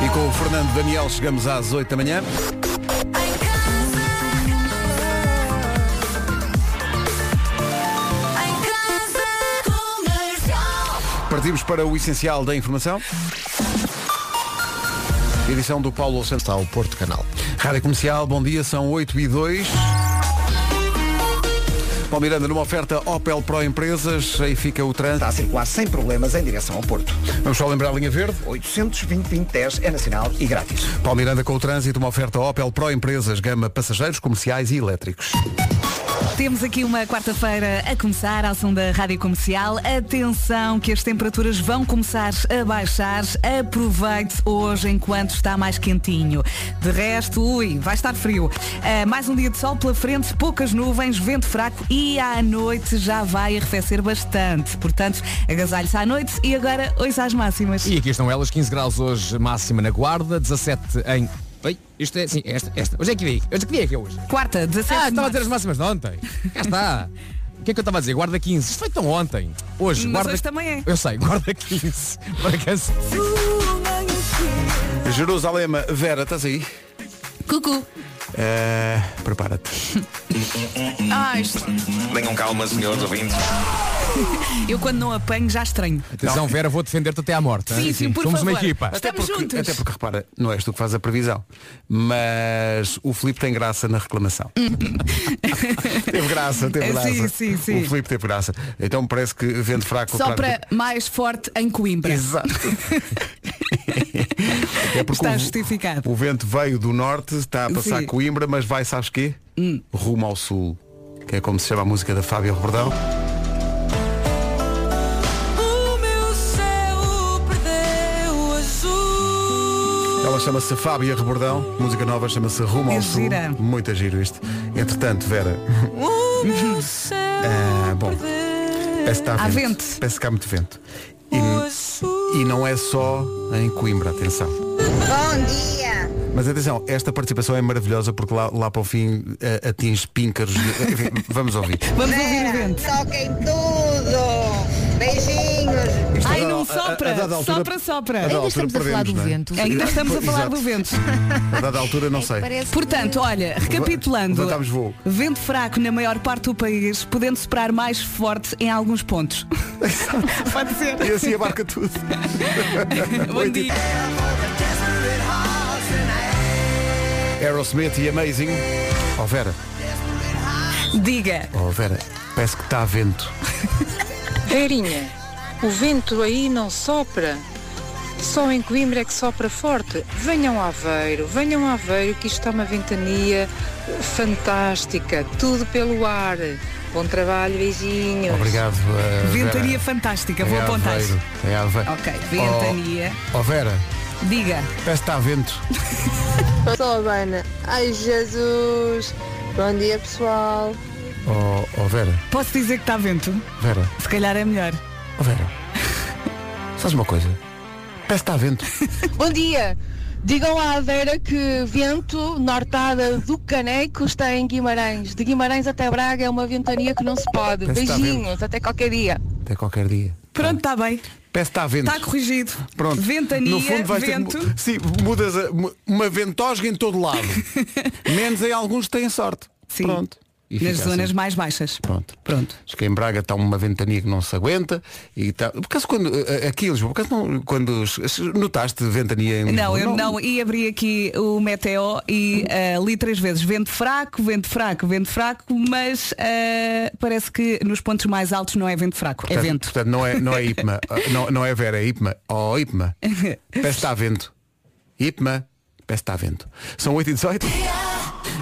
E com o Fernando Daniel chegamos às 8 da manhã. Partimos para o essencial da informação. Edição do Paulo Santos ao Porto Canal. Rádio Comercial, bom dia, são 8 e 2. Paulo Miranda, numa oferta Opel Pro Empresas, aí fica o trânsito. Está
a circular sem problemas em direção ao Porto.
Vamos só lembrar a linha verde?
820-2010 é nacional e grátis.
Paulo Miranda com o trânsito, uma oferta Opel Pro Empresas, gama passageiros, comerciais e elétricos.
Temos aqui uma quarta-feira a começar, ao som da Rádio Comercial. Atenção que as temperaturas vão começar a baixar. Aproveite hoje enquanto está mais quentinho. De resto, ui, vai estar frio. Ah, mais um dia de sol pela frente, poucas nuvens, vento fraco e à noite já vai arrefecer bastante. Portanto, agasalhos à noite e agora hoje às máximas.
E aqui estão elas, 15 graus hoje, máxima na guarda, 17 em. Ei, isto é, sim, esta, esta. Hoje é que dia, hoje é que dia é que é hoje?
Quarta, 17
Ah,
de
estava a
março.
dizer as máximas de ontem. Cá está. O que é que eu estava a dizer? Guarda 15. Isto foi tão ontem. Hoje,
Mas
guarda.
hoje também é.
Eu sei, guarda 15. Bragança.
Jerusalema, Vera, estás aí?
Cucu.
Eh, Prepara-te.
Ai,
Tenham calma, senhores ouvintes.
eu quando não apanho já estranho.
Atenção, Vera, vou defender-te até à morte.
Sim,
hein?
sim, por
Somos uma
favor.
equipa.
Até Estamos
porque,
juntos.
Tá Até porque, repara, não és tu que faz a previsão. Mas o Filipe tem graça na reclamação. teve graça, teve
Sim,
graça.
sim, sim.
O Filipe teve graça. Então parece que vende fraco.
Só
claro que-
para mais forte em Coimbra.
Exato. É porque
Está
o-
justificado.
O vento veio do norte, está a passar
Sim.
Coimbra, mas vai, sabes quê?
Hum.
Rumo ao sul. Que é como se chama a música da Fábia Rebordão.
O meu céu perdeu azul.
Ela chama-se Fábia Rebordão. Música nova chama-se Rumo ao
É
Sul.
gira.
Muito giro isto. Entretanto, Vera.
O meu céu
ah, bom. Parece que, está
Há
vento.
vento.
Parece que há muito vento. E, e não é só em Coimbra, atenção.
Bom dia!
Mas atenção, esta participação é maravilhosa porque lá, lá para o fim eh, atinge píncaros. de- Enfim, vamos ouvir.
Vera, toca em tudo! Beijinhos.
Isto
Ai,
a-
não
a-
sopra.
a dada altura-
Sopra, sopra.
a dada
Ainda
altura
estamos a falar do
perdemos, não é?
vento. Ainda estamos a falar do vento.
A dada altura
É
não sei.
Portanto, olha, recapitulando.
Levantámos voo.
Vento fraco na maior parte do país, podendo soprar mais forte em alguns pontos. Pode ser.
E assim abarca tudo.
Bom dia.
Aerosmith e Amazing. Oh Vera,
Diga.
oh Vera, parece que está a vento.
Verinha, o vento aí não sopra. Só em Coimbra é que sopra forte. Venham a Aveiro, venham a Aveiro, que isto está uma ventania fantástica. Tudo pelo ar. Bom trabalho, beijinhos.
Obrigado. eh,
Ventaria
Vera.
fantástica,
É
vou
a
apontar.
Aveiro, É a Aveiro.
Ok, ventania.
Oh, oh Vera,
Diga.
parece que está a vento.
Sou a Bana. Ai Jesus. Bom dia pessoal.
Oh, oh Vera,
Posso dizer que está vento?
Vera,
Se calhar é melhor.
oh Vera. Sabes uma coisa? Parece que está a vento.
Bom dia! Digam lá à Vera que vento nortada do Caneco está em Guimarães. De Guimarães até Braga é uma ventania que não se pode.
Parece que está
Beijinhos, até qualquer dia.
Até qualquer dia.
Pronto, está bem.
Parece que está a vento.
Está corrigido.
Pronto.
Ventania,
no fundo vais
vento.
Ter, que mu- sim, mudas a- mu- uma ventosga em todo lado. Menos em alguns que têm sorte.
Sim.
Pronto. E
Nas
fica
zonas
assim.
mais baixas.
Pronto.
Pronto.
Acho que em Braga está uma ventania que não se aguenta e está. Por acaso quando. eh, Aqui em Lisboa, por acaso não, quando notaste ventania em
Não,
Lisboa?
eu não, e abri aqui o Meteo e ah, li três vezes vento fraco, vento fraco, vento fraco, mas ah, parece que nos pontos mais altos não é vento fraco, é
Portanto-
vento.
Portanto, não é, não é IPMA. Ah, não, não é Vera, é IPMA. Oh, IPMA. Parece que está a vento. IPMA, parece que está a vento. São 8 e 18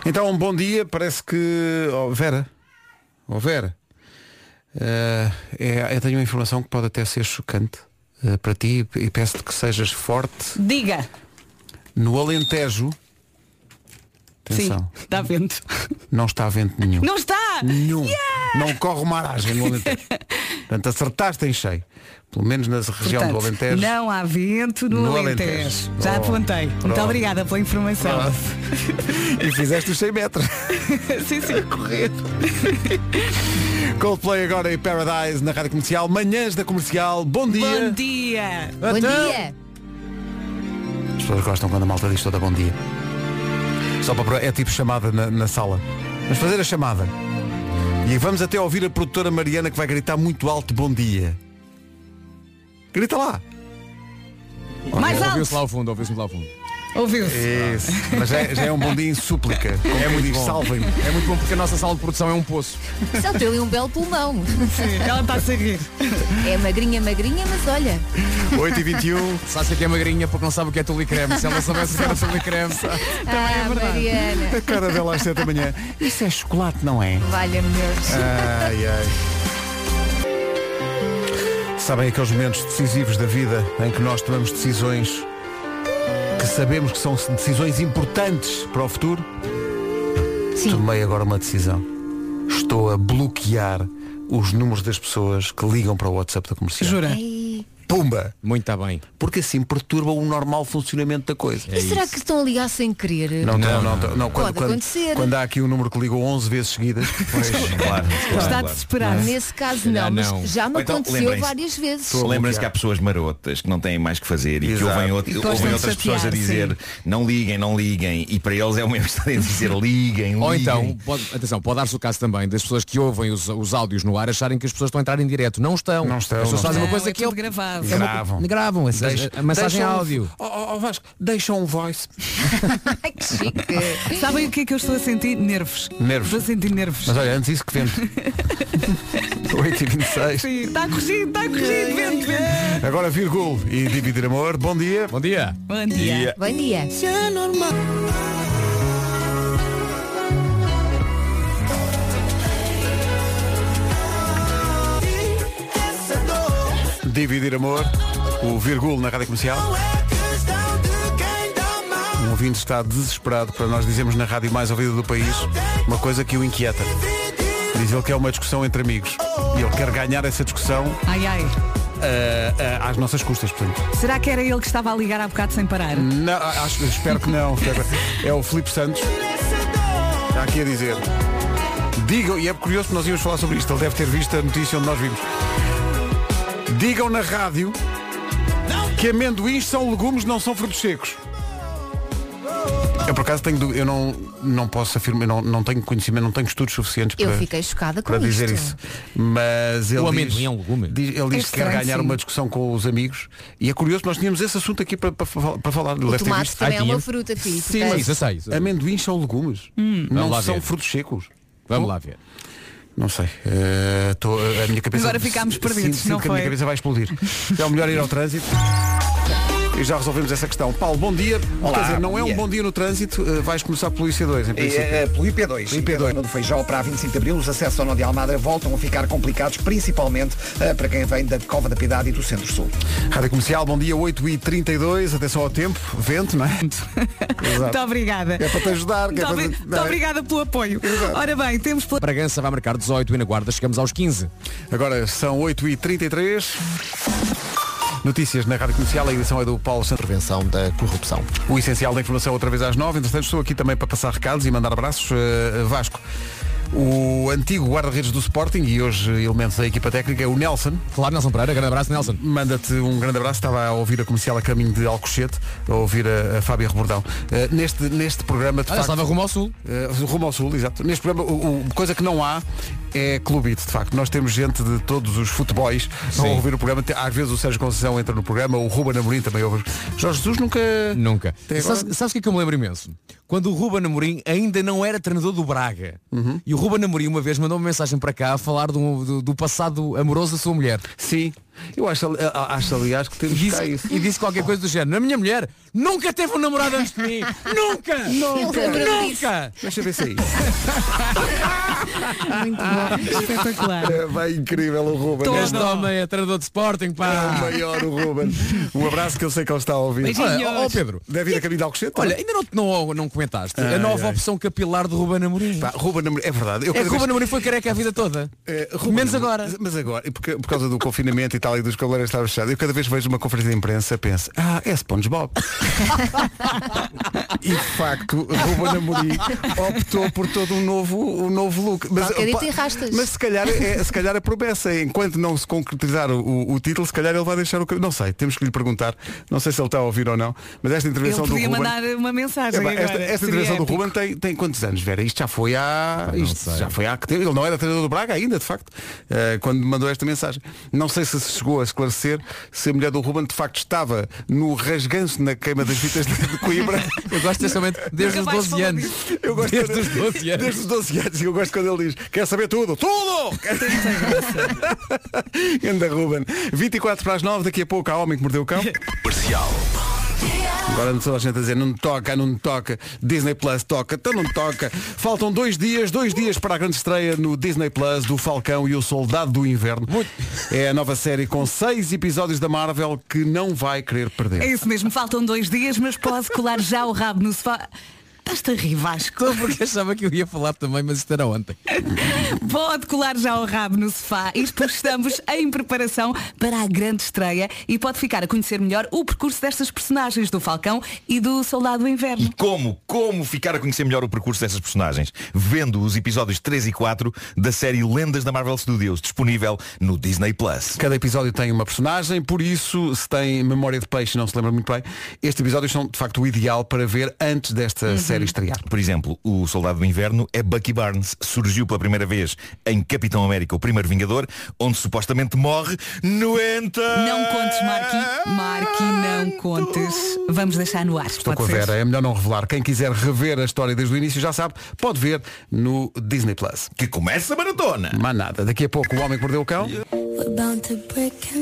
Então, um bom dia. Parece que. Oh, Vera. Oh, Vera. Ah, é- eu tenho uma informação que pode até ser chocante ah, para ti e peço-te que sejas forte.
Diga.
No Alentejo. Atenção.
Sim, está vento.
Não está vento nenhum.
Não está!
Nenhum. Não corre uma aragem no Alentejo. Portanto, acertaste em cheio. Pelo menos na região
Portanto,
do Alentejo.
não há vento no,
No
Alentejo.
Alentejo.
Já
Pronto.
apontei. Muito
Pronto.
obrigada pela informação.
é e fizeste os 100 metros.
sim, sim. correr.
Coldplay agora em Paradise na Rádio Comercial. Manhãs da Comercial. Bom dia.
Bom dia.
Bom Então- dia. As pessoas gostam quando a malta diz toda bom dia. Só para é tipo chamada na, na sala. Vamos fazer a chamada. E vamos até ouvir a produtora Mariana que vai gritar muito alto bom dia. Grita lá.
Mais
Olha,
alto. Ouviu-se lá ao fundo, ouviu-se lá ao fundo.
Ouviu-se.
Isso. Mas já, é- já é um bom dia em súplica. Como
É
quem
muito
diz,
bom.
salvem-me.
É muito bom porque a nossa sala de produção é um poço.
Só tem ali um belo pulmão.
ela está a seguir.
É magrinha, magrinha, mas olha.
8 e 21
Sabe que é magrinha porque não sabe o que é tule creme. Se ela soubesse o que era tule creme.
é
ah, Mariana.
A cara dela às 7 da manhã. Isso é chocolate, não é?
Valha-me Deus.
Ai, ai. Sabem aqueles momentos decisivos da vida em que nós tomamos decisões que sabemos que são decisões importantes para o futuro?
Sim.
Tomei agora uma decisão. Estou a bloquear os números das pessoas que ligam para o WhatsApp da comercial.
Jura?
Pumba!
Muito tá bem.
Porque assim perturba o normal funcionamento da coisa.
e será que estão a ligar sem querer?
É Não, não, não, não, não. Quando,
Pode acontecer.
quando, quando há aqui um número que ligou 11 vezes seguidas, pois,
Claro,
Está
claro,
é?
desesperado. Nesse caso
Calhar
não,
não.
mas já me
Ou então,
aconteceu
lembrem-se.
várias vezes.
Lembrem-se que há pessoas marotas que não têm mais que fazer e que
Exato.
ouvem,
E
out-
gostam
ouvem
de
outras
chatear,
pessoas a dizer
sim.
não liguem, não liguem e para eles é o mesmo estarem a dizer liguem, liguem.
Ou então, pode, atenção, pode dar-se o caso também das pessoas que ouvem os, os áudios no ar acharem que as pessoas estão a entrar em direto. Não estão. Não estão. As pessoas fazem uma coisa
é
que eu...
tudo gravado.
é uma- Gravam. essa-
Deixa-
a, a mensagem
deixam um-
áudio.
Oh, oh, oh, Vasco, deixa um voice.
Sabem o que é que eu estou a sentir? Nervos.
Nervos.
Estou a sentir nervos.
Mas olha, antes isso que vento. 8 e 26
Sim, é. Está Tá corrigido, está corrigido, vento, vento.
Agora virgul e dividir amor. Bom dia.
Bom dia.
Bom dia. é
Bom dia.
Dividir amor. O virgul na rádio comercial. Um ouvinte está desesperado para nós dizermos na rádio mais ouvida do país uma coisa que o inquieta. Diz ele que é uma discussão entre amigos. E ele quer ganhar essa discussão
Ai, ai.
ah, ah, às nossas custas, portanto.
Será que era ele que estava a ligar há bocado sem parar?
Não, acho, espero que não. É o Filipe Santos. Está aqui a dizer. Digam, e é curioso que nós íamos falar sobre isto, ele deve ter visto a notícia onde nós vimos. Digam na rádio que amendoins são legumes, não são frutos secos. Eu por acaso tenho dú- eu não, não posso afirmar, eu não, não tenho conhecimento, não tenho estudos suficientes
Eu
para,
fiquei chocada com
para dizer
isto.
isso. Mas ele
amendoim
diz,
é um legume?
diz- ele
É
diz que quer
estranho,
ganhar
sim.
uma discussão com os amigos e é curioso, nós tínhamos esse assunto aqui para, para, fal- para falar.
O
Ah,
tomate também é uma fruta
Sim,
fixe. portanto.
mas amendoins são legumes,
Hum.
não
Vamos lá
são
ver.
frutos secos.
Vamos lá ver.
Não sei. eh, tô- a minha cabeça.
Agora ficámos
sinto-
perdidos,
sinto
não
que a
foi?
minha cabeça vai explodir. É o melhor ir ao trânsito. E já resolvemos essa questão. Paulo, bom dia.
Olá,
Quer dizer, não
bom
é um
dia.
bom dia no trânsito, eh, vais começar pelo IC2, em princípio.
É, é, pelo IP2, IP2. do Feijó para a 25 de Abril, os acessos ao Nó de Almada voltam a ficar complicados, principalmente eh, para quem vem da Cova da Piedade e do Centro-Sul.
Rádio Comercial, bom dia, 8h32, atenção ao tempo, vento, não é? Exato.
Muito obrigada.
É para te ajudar, que
Muito,
é para
obri-
te-
muito obrigada pelo apoio. Ora bem, temos pela...
Bragança vai marcar 18 e na Guarda chegamos aos 15.
Agora são 8h33. Notícias na Rádio Comercial, a edição é do Paulo Santos. Prevenção da corrupção. O essencial da informação outra vez às 9 Entretanto, estou aqui também para passar recados e mandar abraços. Eh, Vasco, o antigo guarda-redes do Sporting e hoje elemento da equipa técnica, é o Nelson.
Claro, Nelson Pereira, grande abraço, Nelson.
Manda-te um grande abraço. Estava a ouvir a comercial a caminho de Alcochete, a ouvir a, a Fábia Rebordão. Eh, neste, neste programa, de
Olha,
facto...
estava rumo ao sul.
Eh, rumo ao sul, exato. Neste programa, o, o- coisa que não há é clubite, de facto. Nós temos gente de todos os futeboys a
Sim.
ouvir o programa. Te- Às vezes o Sérgio Conceição entra no programa, o Ruben Amorim também ouve. Jorge Jesus nunca...
Nunca.
Até agora-
Sabes, sabes o que é que eu me lembro imenso? Quando o Ruben Amorim ainda não era treinador do Braga.
Uhum.
E o Ruben Amorim uma vez mandou uma mensagem para cá a falar do, do, do passado amoroso da sua mulher.
Sim. Eu acho, ali- a- acho aliás, que temos
E
cá
disse,
isso.
e disse qualquer coisa do género. A minha mulher nunca teve um namorado antes de mim. Nunca!
Nunca!
Nunca!
Deixa eu ver se é isso.
Muito bom. Espetacular.
É, vai incrível o Ruben.
Este homem é treinador de Sporting, pá.
É o maior o Ruben. Um abraço que eu sei que ele está a ouvir.
Olha, ó, ó, Pedro.
Deve ir a caminho de Alcochete.
Olha, ainda não, não, não comentaste
Ai,
a nova
ai.
opção capilar de Ruben Amorim.
Pá, Ruben Amorim, é verdade. Eu
é
cada
que
vez-
Ruben Amorim foi careca a vida toda.
É, Menos agora. Mas agora, e porque, por causa do confinamento e tal e dos cabeleiros estar fechados, eu cada vez que vejo uma conferência de imprensa penso, ah, é SpongeBob. e de facto, Ruben Amorim optou por todo um novo, um novo look.
Qualquer dia tem
pá,
rastas.
mas se calhar é se calhar a promessa, é, enquanto não se concretizar o- o, o título, se calhar ele vai deixar o cabelo. Não sei, temos que lhe perguntar. Não sei se ele está a ouvir ou não, mas esta
Ele
intervenção do
podia
Ruben.
mandar uma mensagem
Epá,
agora.
esta esta
Seria
intervenção do
épico.
Ruben tem, tem quantos anos, Vera? Isto já foi há.
não
isto
sei.
já foi há que tempo. Ele não era treinador do Braga ainda, de facto, eh, quando mandou esta mensagem. Não sei se se chegou a esclarecer se a mulher do Ruben de facto estava no rasganço na queima das fitas de de Coimbra.
Eu gosto deste momento desde os 12 anos.
Eu gosto
desde
quando-
os 12 anos.
Desde os 12 anos. E eu gosto quando ele diz, quer saber tudo? Tudo! Anda Ruben. 24 para as 9, daqui a pouco há homem que mordeu o cão.
Comercial.
Agora não toda a gente a dizer não toca, não toca, Disney Plus toca, então não toca. Faltam dois dias, dois dias para a grande estreia no Disney Plus do Falcão e o Soldado do Inverno. É a nova série com seis episódios da Marvel que não vai querer perder.
É isso mesmo, faltam dois dias, mas pode colar já o rabo no sofá. Estás-te a rir, Vasco.
Estou porque achava que eu ia falar também, mas isto era ontem.
Pode colar já o rabo no sofá. Isto porque estamos em preparação para a grande estreia e pode ficar a conhecer melhor o percurso destas personagens do Falcão e do Soldado do Inverno.
Como? Como ficar a conhecer melhor o percurso dessas personagens? Vendo os episódios 3 e 4 da série Lendas da Marvel Studios, disponível no Disney Plus.
Cada episódio tem uma personagem, por isso, se tem memória de peixe e não se lembra muito bem, estes episódios são de facto o ideal para ver antes desta série estrear.
Por exemplo, o Soldado do Inverno é Bucky Barnes. Surgiu pela primeira vez em Capitão América, o primeiro Vingador, onde supostamente morre. No entanto...
Não contes, Marqui. Marqui, não contes. Vamos deixar no ar.
Estou com a
pode ser?
Vera, é melhor não revelar. Quem quiser rever a história desde o início já sabe, pode ver no Disney Plus.
Que começa a maratona!
Mas nada, daqui a pouco o homem que mordeu o cão.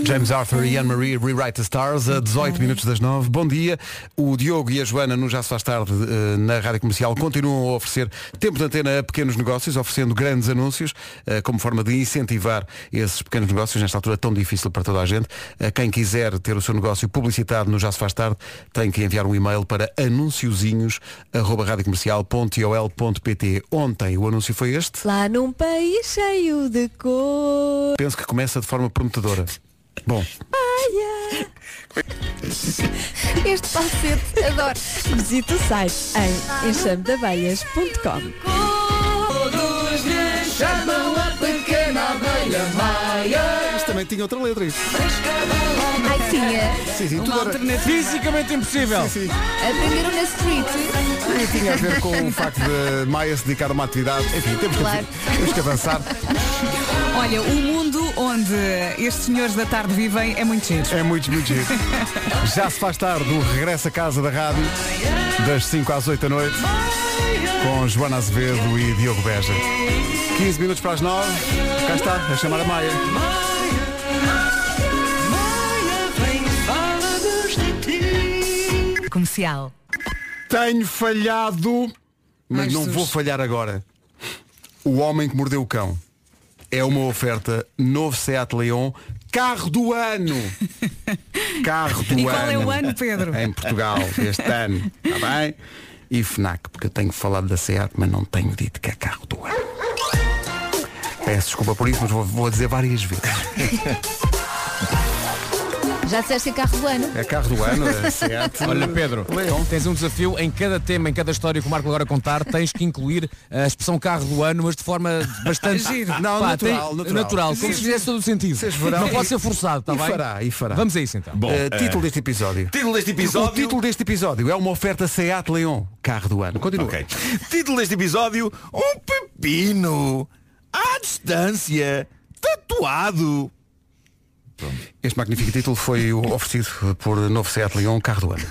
James Arthur e Anne-Marie Rewrite the Stars a 18 minutos das 9. Bom dia. O Diogo e a Joana no Já se faz tarde eh, na Rádio Comercial continuam a oferecer tempo de antena a pequenos negócios, oferecendo grandes anúncios eh, como forma de incentivar esses pequenos negócios nesta altura tão difícil para toda a gente. A quem quiser ter o seu negócio publicitado no Já se faz tarde, tem que enviar um e-mail para anunciozinhos@radiocomercial.ol.pt. Ontem o anúncio foi este.
Lá num país cheio de cor.
Penso que começa de forma prometedora. Bom,
Este falsete, adoro. Visita o site em enxamedeabelhas.com
Todos lhe chamam a pequena abelha Maia.
Mas também tinha outra letra isto.
Ai, é. tinha.
Sim, sim, tudo era-
Fisicamente impossível.
Sim, sim.
Aprenderam na street.
E tinha a ver com o facto de Maia se dedicar a uma atividade. Enfim, temos,
Claro.
que, temos que avançar.
Olha, o mundo onde estes senhores da tarde vivem é muito giro.
É muito, muito giro. Já se faz tarde o regresso à casa da rádio, das 5 às 8 da noite, com Joana Azevedo e Diogo Beja. 15 minutos para as 9, cá está, a chamar a Maia.
Comercial.
Tenho falhado, mas
Ai,
não
Jesus.
vou falhar agora. O Homem que Mordeu o Cão é uma oferta novo Seat Leon, carro do ano. Carro do
E
ano.
qual é o ano, Pedro?
Em Portugal, este ano. Está bem? E FNAC, porque eu tenho falado da Seat, mas não tenho dito que é carro do ano. Peço desculpa por isso, mas vou, vou dizer várias vezes.
Já disseste em carro do ano?
É carro do ano, é Seat.
Olha Pedro, tens um desafio em cada tema, em cada história que o Marco agora contar, tens que incluir a expressão carro do ano, mas de forma bastante
Giro. Não, natural, natural.
como se
Giro.
fizesse todo o sentido.
verão.
Não pode ser forçado, está
E
bem?
fará, e fará.
Vamos a isso então.
Bom, Eh, título eh, deste episódio.
Título deste
O título deste episódio é uma oferta Seat Leon, carro do ano. Continua.
Título deste episódio, um pepino à distância, tatuado.
Este magnífico título foi o- oferecido por novo Seat Leon, carro do ano.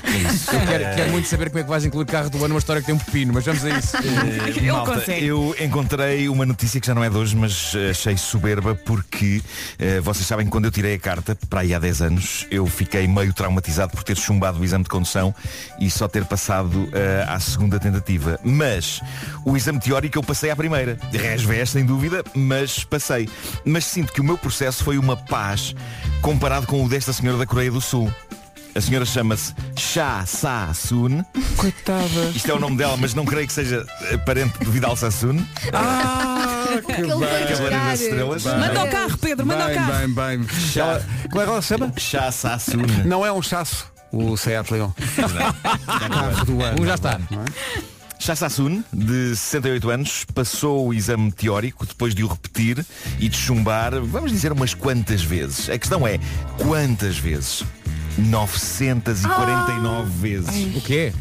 Eu quero, quero muito saber como é que vais incluir carro do ano numa história que tem um pepino, mas vamos a isso.
Eh, malta, eu encontrei uma notícia que já não é de hoje, mas eh, achei soberba porque eh, vocês sabem que quando eu tirei a carta, para aí há 10 anos, eu fiquei meio traumatizado por ter chumbado o exame de condução e só ter passado eh, à segunda tentativa. Mas o exame teórico eu passei à primeira. Resvés, sem dúvida, mas passei. Mas sinto que o meu processo foi uma paz comparado com o desta senhora da Coreia do Sul. A senhora chama-se Cha Sa Sun.
Coitada.
Isto é o nome dela, mas não creio que seja eh, parente de Vidal Sassoon.
Ah,
que Aquele bem. vai Cavaleiro das buscar. Estrelas.
Manda o carro, Pedro, manda o
bem,
carro.
Bem, bem, Ela- Como é que ela se chama?
Chá Sassoon.
Não é um chasso, o Seat Leon. Carro do ano.
já está. Chá Sassoon, de 68 anos, passou o exame teórico depois de o repetir e de chumbar, vamos dizer, umas quantas vezes. A questão é, quantas vezes? 949 vezes. O quê?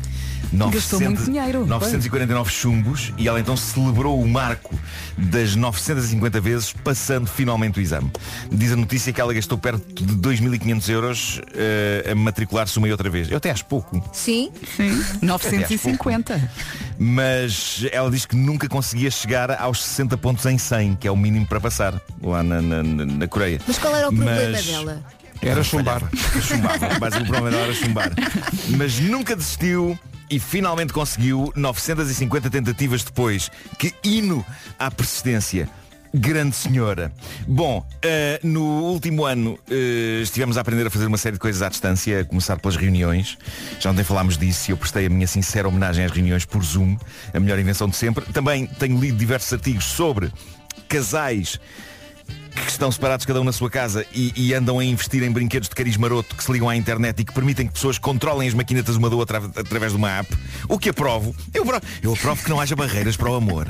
Gastou muito dinheiro.
949 chumbos e ela então celebrou o marco das 950 vezes, passando finalmente o exame. Diz a notícia que ela gastou perto de 2.500 euros eh, a matricular-se uma e outra vez. Eu até acho pouco.
Sim.
Sim. 950.
É Mas ela diz que nunca conseguia chegar aos 60 pontos em 100, que é o mínimo para passar lá na, na- na- na Coreia.
Mas qual era o problema
Mas-
dela?
Era chumbar. Chumbava. Mas o problema dela era chumbar. Mas nunca desistiu e finalmente conseguiu 950 tentativas depois. Que hino à persistência. Grande senhora. Bom, eh, no último ano eh, estivemos a aprender a fazer uma série de coisas à distância, a começar pelas reuniões. Já ontem falámos disso e eu prestei a minha sincera homenagem às reuniões por Zoom, a melhor invenção de sempre. Também tenho lido diversos artigos sobre casais que estão separados cada um na sua casa e, e andam a investir em brinquedos de cariz maroto que se ligam à internet e que permitem que pessoas controlem as maquinetas uma da outra atra- através de uma app, o que aprovo. Eu aprovo, eu aprovo que não haja barreiras para o amor.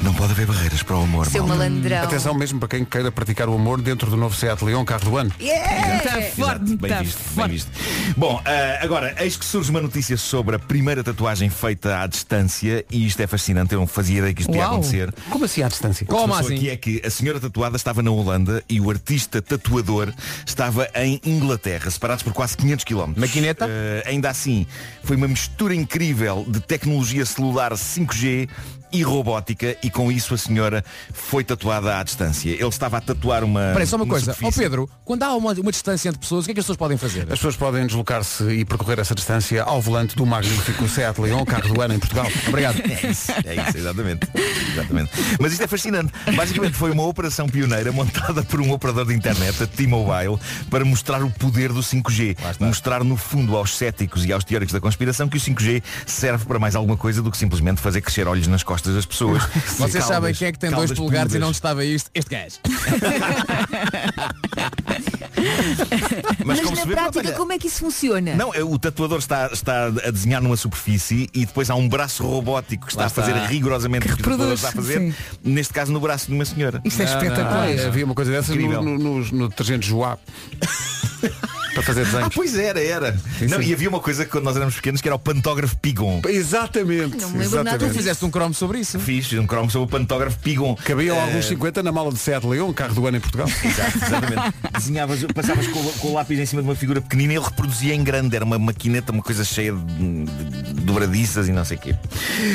Não pode haver barreiras para o amor.
Seu
malta.
malandrão.
Atenção mesmo para quem queira praticar o amor dentro do novo Seat Leon, carro do ano.
Yeah!
Exato, exato. Bem visto, bem visto. Bom, ah, agora, eis que surge uma notícia sobre a primeira tatuagem feita à distância e isto é fascinante, eu não fazia ideia que isto ia
Uau.
acontecer.
Como assim à distância?
O que se passou aqui é que a senhora tatuada estava na Holanda e o artista tatuador estava em Inglaterra, separados por quase 500 km. Maquineta? ainda assim, foi uma mistura incrível de tecnologia celular 5G e robótica e com isso a senhora foi tatuada à distância. Ele estava a tatuar uma um
Espera aí, só uma coisa. Ó
superfície.
Pedro, quando há uma, uma distância entre pessoas, o que é que as pessoas podem fazer?
As pessoas podem deslocar-se e percorrer essa distância ao volante do magnífico Seat Leon, carro do ano em Portugal. Obrigado.
É isso, é isso, exatamente. exatamente. Mas isto é fascinante. Basicamente foi uma operação pioneira montada por um operador de internet, a T-Mobile, para mostrar o poder do 5G. Mostrar no fundo aos céticos e aos teóricos da conspiração que o 5G serve para mais alguma coisa do que simplesmente fazer crescer olhos nas costas das pessoas.
Vocês
Caldas-
sabem quem é que tem dois
caldas
polegares e
peludas.
não estava isto? Este gajo.
Mas,
como
na
se vê,
prática,
olha,
como é que isso funciona?
Não, é- o tatuador está, está a desenhar numa superfície e depois há um braço robótico que está,
Lá
a fazer
está.
rigorosamente o que o
reproduz.
tatuador pessoa está a fazer,
sim.
neste caso no braço de uma senhora.
Isto é Não, não, espetacular. não,
havia uma coisa dessas
no-
detergente Joá. Para fazer desenhos. Ah, pois era, era. não,
sim.
E havia uma coisa que quando nós éramos pequenos que era o pantógrafo Pigon.
Exatamente.
Exatamente.
Tu fizeste
um cromo sobre isso.
Fiz um cromo sobre o pantógrafo Pigon.
Cabiam
Eh,
alguns 50 na mala de Seat Leon, carro do ano em Portugal.
Exato, exatamente. Desenhavas, passavas com, o- com o lápis em cima de uma figura pequenina e ele reproduzia em grande. Era uma maquineta, uma coisa cheia de, de dobradiças e não sei o quê.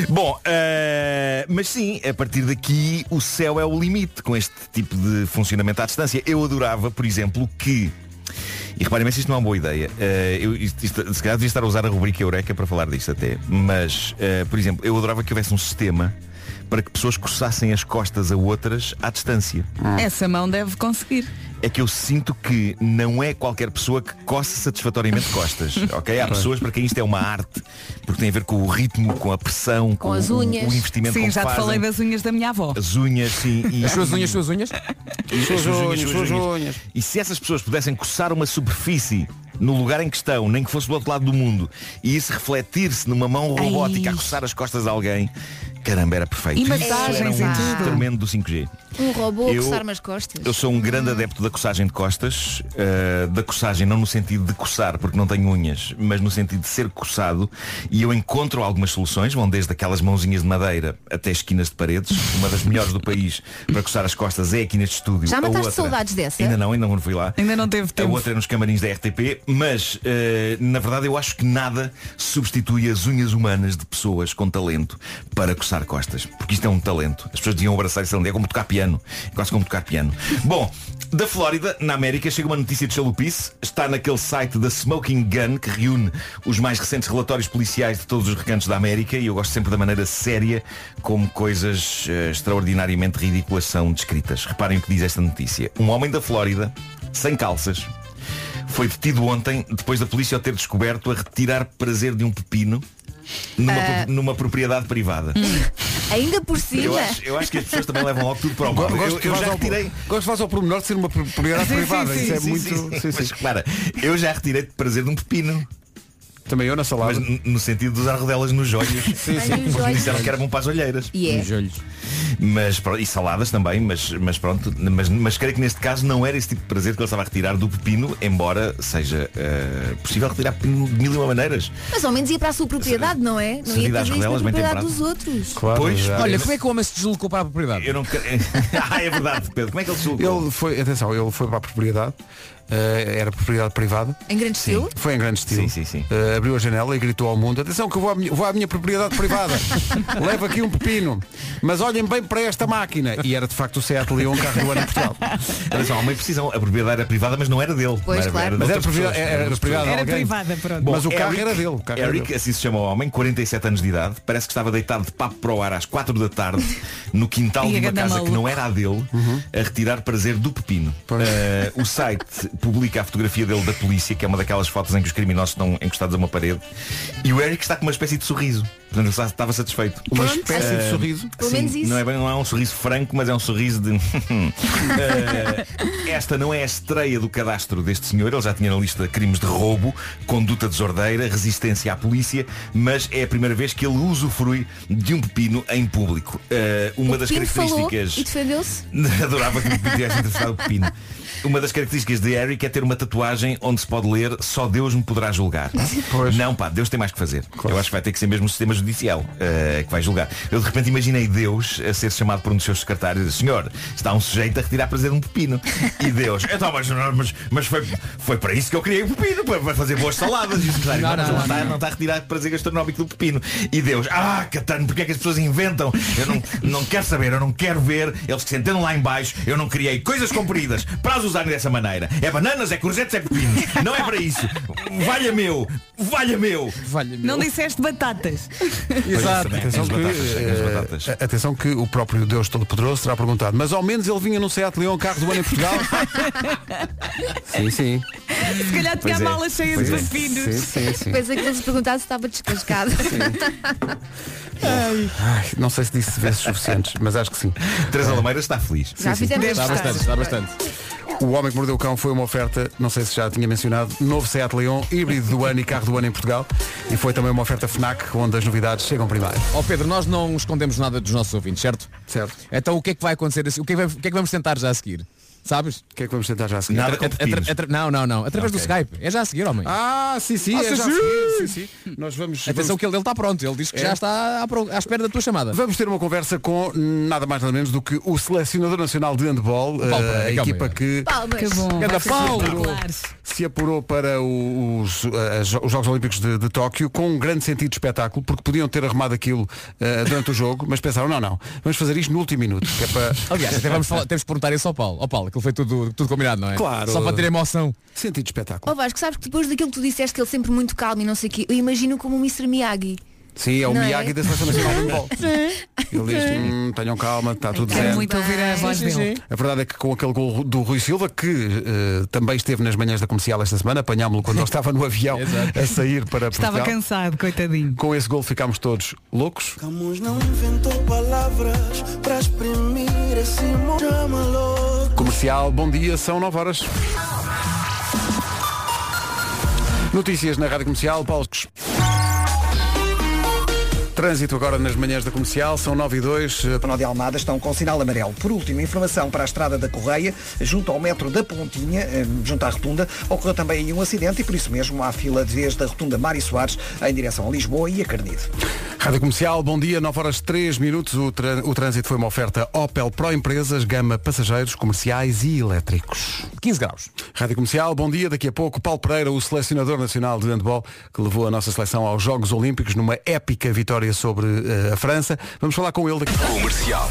Bom, eh, mas sim, a partir daqui o céu é o limite com este tipo de funcionamento à distância. Eu adorava, por exemplo, que. E reparem bem se isto não é uma boa ideia. Eh, eu, isto- isto- se calhar devia estar a usar a rubrica Eureka para falar disto até. Mas, eh, por exemplo, eu adorava que houvesse um sistema para que pessoas coçassem as costas a outras à distância
Essa mão deve conseguir.
é que eu sinto que não é qualquer pessoa que coça satisfatoriamente costas, ok? Há pessoas para quem isto é uma arte, porque tem a ver com o ritmo, com a pressão, com,
Com as
o-
unhas.
o investimento
Sim,
com
já
que
te
fazem.
falei das unhas da minha avó.
As unhas, sim. E...
As suas unhas,
suas unhas?
E,
Suas
as suas unhas,
unhas,
suas
suas
unhas. E se essas pessoas pudessem coçar uma superfície no lugar em que estão, nem que fosse do outro lado do mundo, e isso refletir-se numa mão
Ai.
robótica a coçar as costas de alguém, caramba, era perfeito.
E
Isso era um
massagens e tudo.
tremendo do 5G.
Um robô a
Eu-
coçar-me as costas. Hum.
Eu sou um grande adepto da coçagem de costas, eh, da coçagem não no sentido de coçar, porque não tenho unhas, mas no sentido de ser coçado, e eu encontro algumas soluções, vão desde aquelas mãozinhas de madeira até esquinas de paredes. Uma das melhores do país para coçar as costas é aqui neste estúdio.
Já
A
mataste
outra-
saudades dessa?
Ainda não, ainda não fui lá.
Ainda não teve
A
tempo.
outra é nos camarins da RTP, mas eh, na verdade eu acho que nada substitui as unhas humanas de pessoas com talento para coçar costas. Porque isto é um talento. As pessoas deviam abraçar-se ali. É como tocar piano. É quase como tocar piano. Bom, da Flórida, na América, chega uma notícia de chalupice. Está naquele site da Smoking Gun, que reúne os mais recentes relatórios policiais de todos os recantos da América. E eu gosto sempre da maneira séria como coisas eh, extraordinariamente ridículas são descritas. Reparem o que diz esta notícia. Um homem da Flórida, sem calças, foi detido ontem depois da polícia o ter descoberto a retirar prazer de um pepino numa,
Ah.
pro- numa propriedade privada.
Ainda por cima.
Eu acho, eu acho que as pessoas também levam logo tudo para o mal.
Gosto,
Eu, eu
vais
já
ao-
retirei.
gosto de fazer ao pormenor de ser uma propriedade privada. Isso é muito.
Mas repara, eu já retirei de prazer de um pepino.
Também eu na salada.
Mas n- no sentido de usar rodelas nos olhos.
sim. Ai, nos
Porque
olhos.
disseram que era bom para as olheiras.
E é. Nos
Mas, pro- e saladas também, mas, mas pronto. Mas, mas creio que neste caso não era esse tipo de prazer que ele estava a retirar do pepino, embora seja eh, possível retirar pepino de mil e uma maneiras.
Mas ao menos ia para a sua propriedade, não é? Não ia
servida
para
às
isso na
rodelas, bem
propriedade
temperado.
dos outros.
pois,
Olha, como é que o homem se deslocou para a propriedade?
Eu não quero... ah, é verdade, Pedro. Como é que ele subiu?
Ele foi, atenção, ele foi para a propriedade, eh, era propriedade privada.
Em grande estilo?
Foi em grande estilo. Eh, abriu a janela e gritou ao mundo, atenção que eu vou à minha, vou à minha propriedade privada. Levo aqui um pepino. Mas olhem bem para esta máquina. E era de facto o Seat Leon carro do ano em Portugal.
Atenção, há uma imprecisão. A propriedade era privada, mas não era dele.
Pois,
Não era,
claro.
de
Mas era
outras
propriedade-
pessoas.
era- era
outras
privada de
pessoas.
Era alguém. privada, pronto. Mas o carro era dele, o carro era
Eric,
dele.
assim se chama o homem, 47 anos de idade, parece que estava deitado de papo para o ar às 4 da tarde, no quintal
E
de uma
ganda
casa que
maluco.
não era a dele, a retirar prazer do pepino. Eh, o site publica a fotografia dele da polícia, que é uma daquelas fotos em que os criminosos estão encostados a uma parede, e o Eric está com uma espécie de sorriso. Portanto, ele está- estava satisfeito.
Uma Pronto. espécie de
Eh,
sorriso? Pelo
sim,
menos isso.
Não é, bem- não é um sorriso franco, mas é um sorriso de. Eh, esta não é a estreia do cadastro deste senhor, ele já tinha na lista crimes de roubo, conduta desordeira, resistência à polícia, mas é a primeira vez que ele usufrui de um pepino em público. Eh, uma
o
das
Pino falou
características.
e defendeu-se.
Adorava que me tivesse interessado o pepino. Uma das características de Eric é ter uma tatuagem onde se pode ler só Deus me poderá julgar. Não, pá, Deus tem mais que fazer. Eu acho que vai ter que ser mesmo o sistema judicial eh, que vai julgar. Eu de repente imaginei Deus a ser chamado por um dos seus secretários Senhor, está um sujeito a retirar prazer de um pepino. E Deus, então, mas, mas, mas foi, foi para isso que eu criei o pepino, para, para fazer boas saladas. E o secretário, tá,
Não,
não, mas
não,
ele está-
não.
não está a retirar prazer gastronómico do pepino. E Deus, ah, Catano, porque é que as pessoas inventam? Eu não, não quero saber, eu não quero ver. Eles que se entendam lá em baixo, eu não criei coisas compridas para as usarem dessa maneira. É bananas, é corjetes, é pepinos. Não é para isso. Valha meu, valha meu.
Valha
Não disseste batatas.
Exato.
também,
Atenção
as
que,
batatas,
eh,
as batatas.
a- atenção que o próprio Deus Todo-Poderoso terá perguntado, mas ao menos ele vinha num Seat Leon carro do ano em Portugal. sim, sim.
Se calhar tinha
Pois
a
é,
mala cheia
pois
de
é.
pepinos.
Sim, sim, sim.
Depois é que eles perguntaram se estava descascado.
Ai, não sei se disse vezes suficientes, mas acho que sim.
Teresa Lameira está feliz.
Já Sim, sim. fizemos Está bastante,
está bastante. O Homem que Mordeu o Cão foi uma oferta, não sei se já tinha mencionado, novo Seat Leon, híbrido do ano e carro do ano em Portugal. E foi também uma oferta FNAC, onde as novidades chegam primeiro. Ó Pedro, nós não escondemos nada dos nossos ouvintes, certo? Certo. Então o que é que vai acontecer? a se- O que é que vamos- o que é que vamos tentar já a seguir? Sabes? O que é que vamos tentar já a
seguir? Nada competimos.
não, não, não. Através do
Ok.
Skype. É já a seguir, homem.
Ah, sim, sim,
Ah,
é
sim,
já a
sim.
seguir, sim, sim. Nós vamos.
Atenção
vamos...
que ele ele está pronto. Ele diz que
É.
já está à, pro- à espera da tua chamada.
Vamos ter uma conversa com nada mais nada menos do que o selecionador nacional de handball,
Paulo
eh,
Pereira,
a
calma
equipa
aí.
que
Palmas. Que bom.
Ganda
Vai ser
Paulo.
espetacular.
se apurou para o- os, eh, jo- os Jogos Olímpicos de, de Tóquio com um grande sentido de espetáculo, porque podiam ter arrumado aquilo eh, durante o jogo, mas pensaram, não, não, vamos fazer isto no último minuto. Que é para...
Aliás, até vamos falar, temos de perguntar isso ao Paulo. Ó Paulo, aquilo foi tudo, tudo combinado, não é?
Claro.
Só para ter emoção.
Sentido de espetáculo.
Ó Vasco, sabes que depois daquilo que tu disseste que ele sempre muito calmo e não sei o quê, eu imagino como o Mr. Miyagi.
Sim, é o
Não é?
Miyagi da Seleção Nacional de Handball. Ele diz, "Hum, tenham calma, está tudo
Quero
É
zen."
muito ouvir a voz Sim, sim, dele. sim.
A verdade é que com aquele gol do Rui Silva, que eh, também esteve nas manhãs da comercial esta semana, apanhámo-lo quando ele estava no avião a sair para Portugal.
Estava cansado, coitadinho.
Com esse gol ficámos todos loucos.
Camus não inventou palavras para exprimir esse amor. Chama-lo.
Comercial, bom dia, são 9 horas. Notícias na Rádio Comercial, Paulo. Trânsito agora nas manhãs da comercial, são 9 e 2.
Panó de Almada estão com sinal amarelo. Por último, informação para a Estrada da Correia, junto ao metro da Pontinha, eh, junto à Rotunda, ocorreu também aí um acidente e por isso mesmo há fila desde a Rotunda Mário Soares em direção a Lisboa e a Carnide.
Rádio Comercial, bom dia, 9 horas 3 minutos. O, trân- o trânsito foi uma oferta Opel Pro Empresas, gama passageiros, comerciais e elétricos.
15 graus.
Rádio Comercial, bom dia. Daqui a pouco, Paulo Pereira, o selecionador nacional de handball, que levou a nossa seleção aos Jogos Olímpicos numa épica vitória sobre eh, a França. Vamos falar com ele daqui a pouco.
Comercial.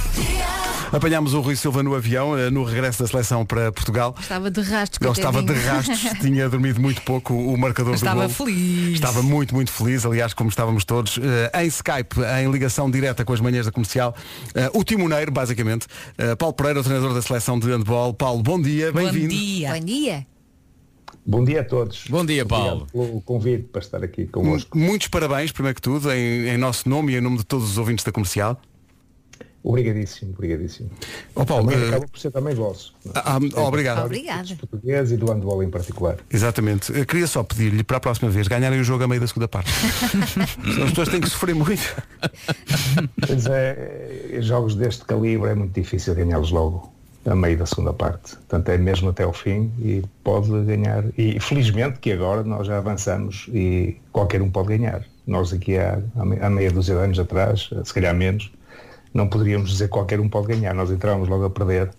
Apanhámos o Rui Silva no avião, eh, no regresso da seleção para Portugal.
Estava de rastro.
Ele estava de
coitadinho.
rastos, tinha dormido muito pouco o o marcador
Estava
do gol.
feliz.
Estava muito, muito feliz, aliás, como estávamos todos, eh, em Skype, em ligação direta com as manhãs da comercial. eh, o timoneiro, basicamente, eh, Paulo Pereira, o treinador da seleção de handball. Paulo, bom dia, bem-vindo.
Bom dia.
Bom dia a todos.
Bom dia, Paulo.
Obrigado pelo Um convite para estar aqui convosco.
Muitos parabéns, primeiro que tudo, em, em nosso nome e em nome de todos os ouvintes da comercial.
Obrigadíssimo, obrigadíssimo.
Ó, Paulo,
também
eh,
acaba por ser também vosso. não é?
Ah, ah, obrigado.
Dos portugueses e do handball em particular.
Exatamente. Eu queria só pedir-lhe para a próxima vez ganharem o jogo a meio da segunda parte. Senão as pessoas têm que sofrer muito.
Pois é, eh, jogos deste calibre é muito difícil ganhá-los logo, a meio da segunda parte. Portanto, é mesmo até ao fim e pode ganhar. E felizmente que agora nós já avançamos e qualquer um pode ganhar. Nós aqui há, há me- há meia dúzia de anos atrás, eh, se calhar menos, não poderíamos dizer qualquer um pode ganhar. Nós entrávamos logo a perder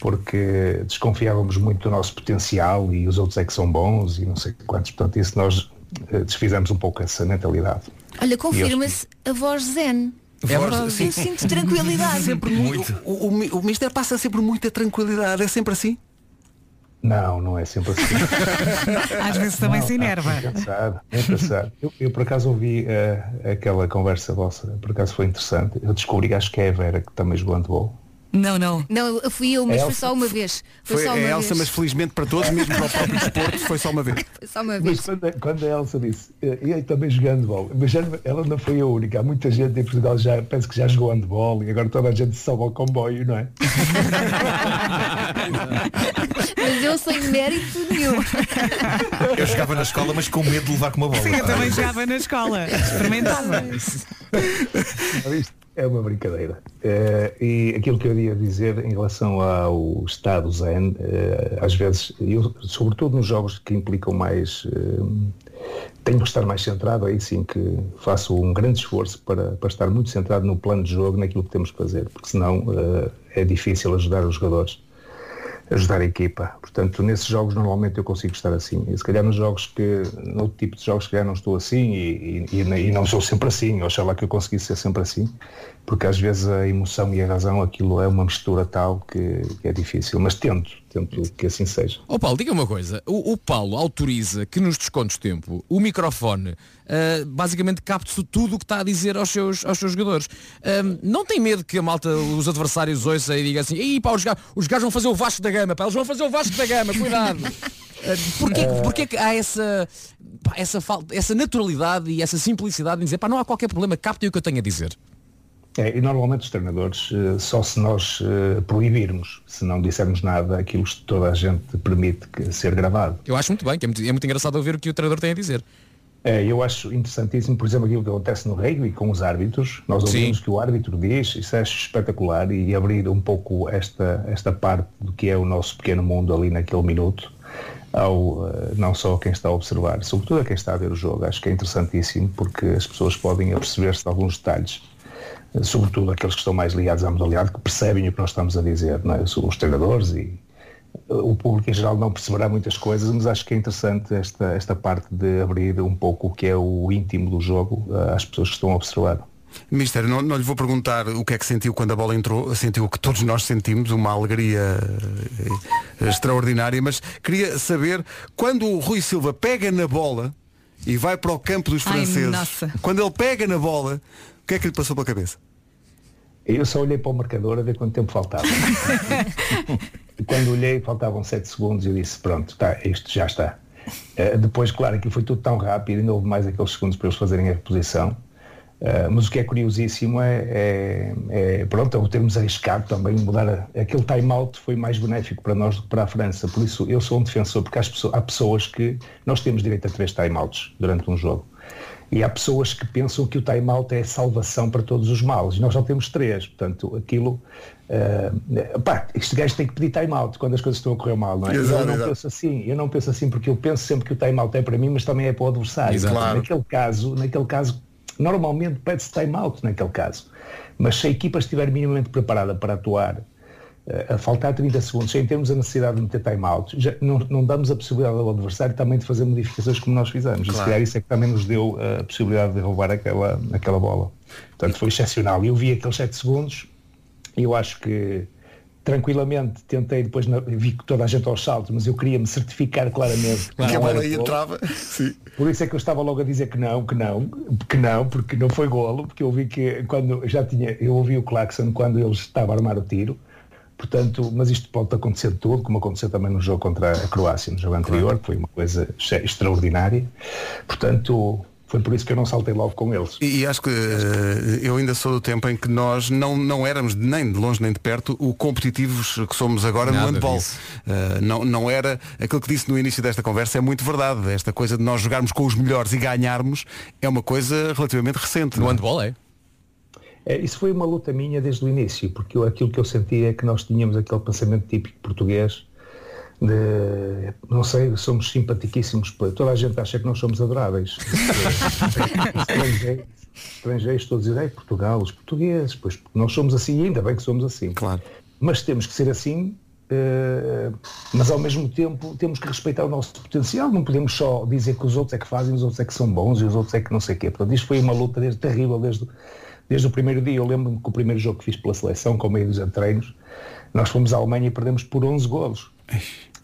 porque desconfiávamos muito do nosso potencial e os outros é que são bons e não sei quantos. Portanto, isso nós eh, desfizemos um pouco essa mentalidade.
Olha, confirma-se a voz zen.
É verdade, sim.
Eu sinto tranquilidade.
Sempre muito. O, o, o Mister passa sempre muita tranquilidade, é sempre assim.
Não, não é sempre assim.
Às vezes também se enerva.
Engraçado, engraçado. Eu, eu, por acaso ouvi eh, aquela conversa vossa, por acaso foi interessante. Eu descobri, acho que é a Vera que também jogou handball.
Não, não.
Não, eu fui eu,
É
mas
A
foi
Elsa-
só uma vez. Foi,
Foi
só
a
uma
Elsa,
vez.
Mas felizmente para todos, mesmo para o próprio desporto, foi só uma vez.
Foi só uma vez.
Mas quando, a- quando a Elsa disse, eh, e aí também jogando handball, mas já não- ela não foi a única. Há muita gente em Portugal já penso que já jogou handball e agora toda a gente sobe ao comboio, não é?
Mas eu sem mérito nenhum.
Eu chegava na escola, mas com medo de levar com uma bola.
Sim, eu também jogava na escola. Experimentava.
Não, isto é uma brincadeira. Eh, e aquilo que eu ia dizer em relação ao estado zen, eh, às vezes, eu, sobretudo nos jogos que implicam mais. eh, tenho que estar mais centrado, aí sim que faço um grande esforço para, para estar muito centrado no plano de jogo, naquilo que temos que fazer, porque senão eh, é difícil ajudar os jogadores, ajudar a equipa. Portanto, nesses jogos normalmente eu consigo estar assim. E se calhar nos jogos que, no tipo de jogos que já não estou assim e, e, e- e não sou sempre assim, oxalá que eu conseguisse ser sempre assim, porque às vezes a emoção e a razão, aquilo é uma mistura tal que, que é difícil, mas tento, tento que assim seja.
Ó Oh, Paulo, diga uma coisa. O, o Paulo autoriza que nos descontos de tempo o microfone ah, basicamente capte tudo o que está a dizer aos seus, aos seus jogadores. Ahm, não tem medo que a malta, os adversários ouça e diga assim, Ei, pá, os gajos, os gajos vão fazer o Vasco da Gama, pá, eles vão fazer o Vasco da Gama, cuidado. Ah, Porquê, porquê que há essa, pá, essa, falta, essa naturalidade e essa simplicidade em dizer, pá, não há qualquer problema, captem o que eu tenho a dizer.
É, e normalmente os treinadores, eh, só se nós eh, proibirmos, se não dissermos nada, aquilo que toda a gente permite que- ser gravado.
Eu acho muito bem, que é muito, é muito engraçado ouvir o que o treinador tem a dizer.
É, eu acho interessantíssimo, por exemplo, aquilo que acontece no rugby com os árbitros. Nós ouvimos que o árbitro diz, isso acho espetacular, e abrir um pouco esta, esta parte do que é o nosso pequeno mundo ali naquele minuto, ao, eh, não só a quem está a observar, sobretudo a quem está a ver o jogo. Acho que é interessantíssimo, porque as pessoas podem aperceber-se de alguns detalhes, eh, sobretudo aqueles que estão mais ligados à modalidade, que percebem o que nós estamos a dizer, não é? os treinadores e, eh, o público em geral não perceberá muitas coisas, mas acho que é interessante esta, esta parte de abrir um pouco o que é o íntimo do jogo eh, às pessoas que estão a observar.
Mister, não, não lhe vou perguntar o que é que sentiu quando a bola entrou, sentiu o que todos nós sentimos, uma alegria eh, extraordinária, mas queria saber quando o Rui Silva pega na bola e vai para o campo dos
Ai,
franceses,
nossa.
quando ele pega na bola, o que é que lhe passou pela cabeça?
Eu só olhei para o marcador a ver quanto tempo faltava. E Quando olhei, faltavam 7 segundos e eu disse, pronto, tá, isto já está. Eh, depois, claro, aquilo foi tudo tão rápido, ainda houve mais aqueles segundos para eles fazerem a reposição. Eh, mas o que é curiosíssimo é, é, é pronto, é o termos arriscado também mudar a- aquele time-out foi mais benéfico para nós do que para a França, por isso eu sou um defensor, porque há pessoas, há pessoas que nós temos direito a três time-outs durante um jogo. E há pessoas que pensam que o time-out é a salvação para todos os males. E nós só temos três. Portanto, aquilo. eh, pá, este gajo tem que pedir time-out quando as coisas estão a correr mal, não é?
Exato,
eu não
exato.
penso assim, eu não penso assim porque eu penso sempre que o time-out é para mim, mas também é para o adversário.
Exato.
Portanto,
Claro.
Naquele caso, naquele caso, normalmente pede-se time-out naquele caso. Mas se a equipa estiver minimamente preparada para atuar eh, a faltar 30 segundos, sem termos a necessidade de meter time-out, já não, não damos a possibilidade ao adversário também de fazer modificações como nós fizemos. E se
Claro.
calhar isso é que também nos deu eh, a possibilidade de roubar aquela, aquela bola. Portanto, foi excepcional. Eu vi aqueles 7 segundos e eu acho que tranquilamente tentei, depois na- vi que toda a gente aos saltos, mas eu queria-me certificar claramente
Que a
não
bola
era
aí
golo.
entrava. Sim.
Por isso é que eu estava logo a dizer que não, que não, que não, porque não foi golo, porque eu vi que quando já tinha, eu ouvi o claxon quando ele estava a armar o tiro, portanto, mas isto pode acontecer de tudo, como aconteceu também no jogo contra a Croácia, no jogo anterior, que foi uma coisa che- extraordinária, portanto, foi por isso que eu não saltei logo com eles.
E, e acho que eh, eu ainda sou do tempo em que nós não, não éramos de- nem de longe nem de perto o competitivos que somos agora
Nada
no handball.
disso.
Eh, não, não era aquilo que disse no início desta conversa é muito verdade. Esta coisa de nós jogarmos com os melhores e ganharmos é uma coisa relativamente recente. No
handball é?
É, Isso foi uma luta minha desde o início, porque eu- aquilo que eu sentia é que nós tínhamos aquele pensamento típico português de, não sei, somos simpaticíssimos, pá, toda a gente acha que nós somos adoráveis. estrangeiros, estrangeiros, todos dizem, "Ei, Portugal, os portugueses, pois nós somos assim e ainda bem que somos assim.
Claro.
Mas temos que ser assim, eh, mas ao mesmo tempo temos que respeitar o nosso potencial, não podemos só dizer que os outros é que fazem, os outros é que são bons e os outros é que não sei o quê. Portanto, isto foi uma luta desde, terrível desde, desde o primeiro dia. Eu lembro-me que o primeiro jogo que fiz pela seleção, com meio dos treinos, nós fomos à Alemanha e perdemos por 11 golos.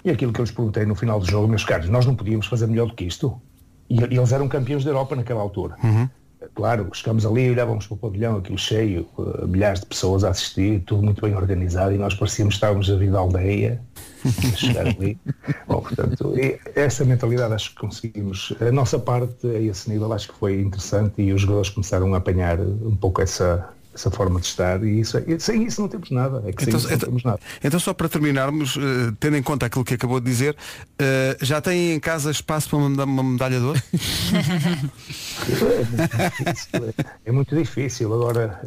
E aquilo que eu lhes perguntei no final do jogo, meus caros, nós não podíamos fazer melhor do que isto? E, e eles eram campeões da Europa naquela altura.
Uhum.
É Claro, chegámos ali, olhávamos para o pavilhão, aquilo cheio, eh, milhares de pessoas a assistir, tudo muito bem organizado e nós parecíamos que estávamos a vir da aldeia, a chegar ali. Bom, portanto, e essa mentalidade acho que conseguimos. A nossa parte, a esse nível, acho que foi interessante e os jogadores começaram a apanhar um pouco essa, essa forma de estar e isso, e sem isso não temos nada. É que sem
Então,
isso não
então-
temos nada.
Então só para terminarmos, eh, tendo em conta aquilo que acabou de dizer, eh, já têm em casa espaço para mandar uma medalha de ouro?
É muito difícil agora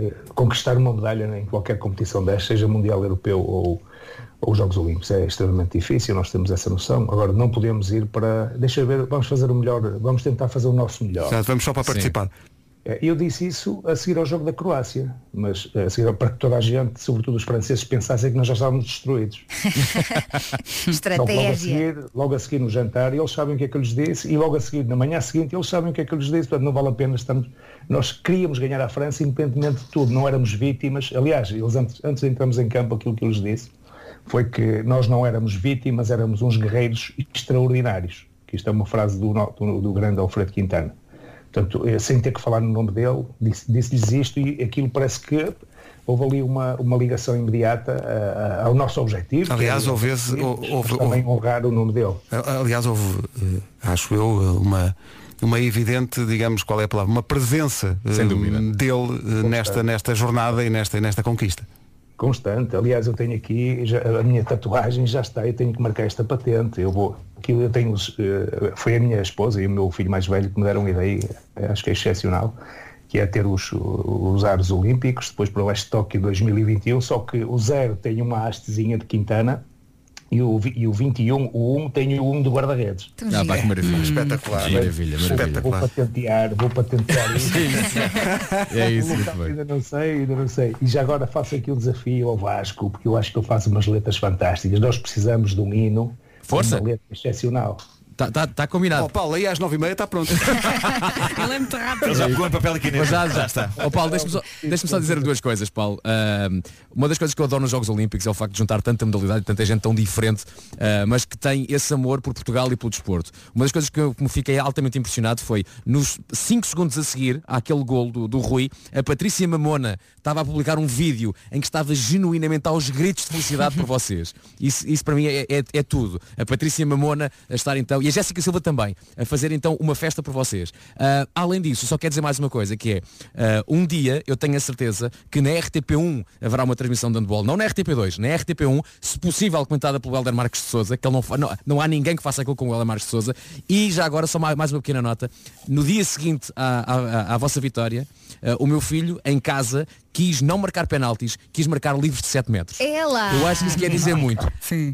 eh, conquistar uma medalha em qualquer competição desta, seja Mundial Europeu ou, ou Jogos Olímpicos. É extremamente difícil, nós temos essa noção. Agora não podemos ir para. Deixa eu ver, vamos fazer o melhor, vamos tentar fazer o nosso melhor.
Já vamos só para participar.
Eh, Eu disse isso a seguir ao jogo da Croácia, mas eh, a seguir ao- para que toda a gente, sobretudo os franceses, pensassem que nós já estávamos destruídos. Então, logo, a
Estratégia.
seguir, logo a seguir no jantar, eles sabem o que é que eu lhes disse, e logo a seguir, na manhã seguinte, eles sabem o que é que eu lhes disse, portanto não vale a pena estarmos. Nós queríamos ganhar à França independentemente de tudo, não éramos vítimas. Aliás, eles antes, antes de entrarmos em campo, aquilo que eu lhes disse foi que nós não éramos vítimas, éramos uns guerreiros extraordinários. Que isto é uma frase do, no- do, do grande Alfredo Quintana. Portanto, eh, sem ter que falar no nome dele, disse- disse-lhes isto e aquilo parece que houve ali uma, uma ligação imediata ah, ah, ao nosso objetivo. que
Aliás,
era-
houve esse- houve-
mas
houve-
também honrar o nome dele.
Aliás, houve, eh, acho eu, uma, uma evidente, digamos, qual é a palavra, uma presença
Sem
eh,
dúvida.
dele eh, nesta, nesta jornada e nesta, e nesta conquista.
Constante. Aliás, eu tenho aqui, já- a minha tatuagem já está, eu tenho que marcar esta patente. Eu vou. Aquilo eu tenho. os, eh, foi a minha esposa e o meu filho mais velho que me deram uma ideia, eh, acho que é excepcional, que é ter os, os aros olímpicos, depois para o West Tóquio 2021, só que o zero tem uma hastezinha de Quintana. E o, vi- e o 21, o 1 tem o 1 do guarda-redes.
Tão Ah, pá, giro. que maravilha. Espetacular. Maravilha, maravilha.
Vou
Espetacular.
patentear, vou patentear isso.
É isso, muito
Colocar-
bem.
Ainda não sei, ainda não sei. E já agora faço aqui um desafio ao Vasco, porque eu acho que eu faço umas letras fantásticas. Nós precisamos de um hino.
Força.
Uma letra excepcional.
Está Tá, combinado. Ó
Oh, Paulo, aí às nove e meia está pronto.
Ele é muito rápido.
papel e caneta.
Mas já,
Já
já
está.
está. Ó Paulo, deixa-me só, deixa-me só dizer duas coisas, Paulo. Ahm, uma das coisas que eu adoro nos Jogos Olímpicos é o facto de juntar tanta modalidade e tanta gente tão diferente, ah, mas que tem esse amor por Portugal e pelo desporto. Uma das coisas que eu que me fiquei altamente impressionado foi, nos 5 segundos a seguir àquele gol do, do Rui, a Patrícia Mamona estava a publicar um vídeo em que estava genuinamente aos gritos de felicidade por vocês. Isso, isso para mim é, é- é tudo. A Patrícia Mamona a estar então, e a Jéssica Silva também, a fazer então uma festa por vocês. Ah, além disso, só quero dizer mais uma coisa, que é, ah, um dia eu tenho a certeza que na RTP1 haverá uma transmissão de handball, não na RTP2, na RTP1, se possível comentada pelo Helder Marques de Souza, que ele não, fa- não, não há ninguém que faça aquilo com o Helder Marques de Souza. E já agora, só ma- mais uma pequena nota, no dia seguinte à, à- à- à vossa vitória, ah, o meu filho, em casa, quis não marcar penaltis, quis marcar livros de 7 metros.
É lá.
Eu acho que isso quer dizer muito.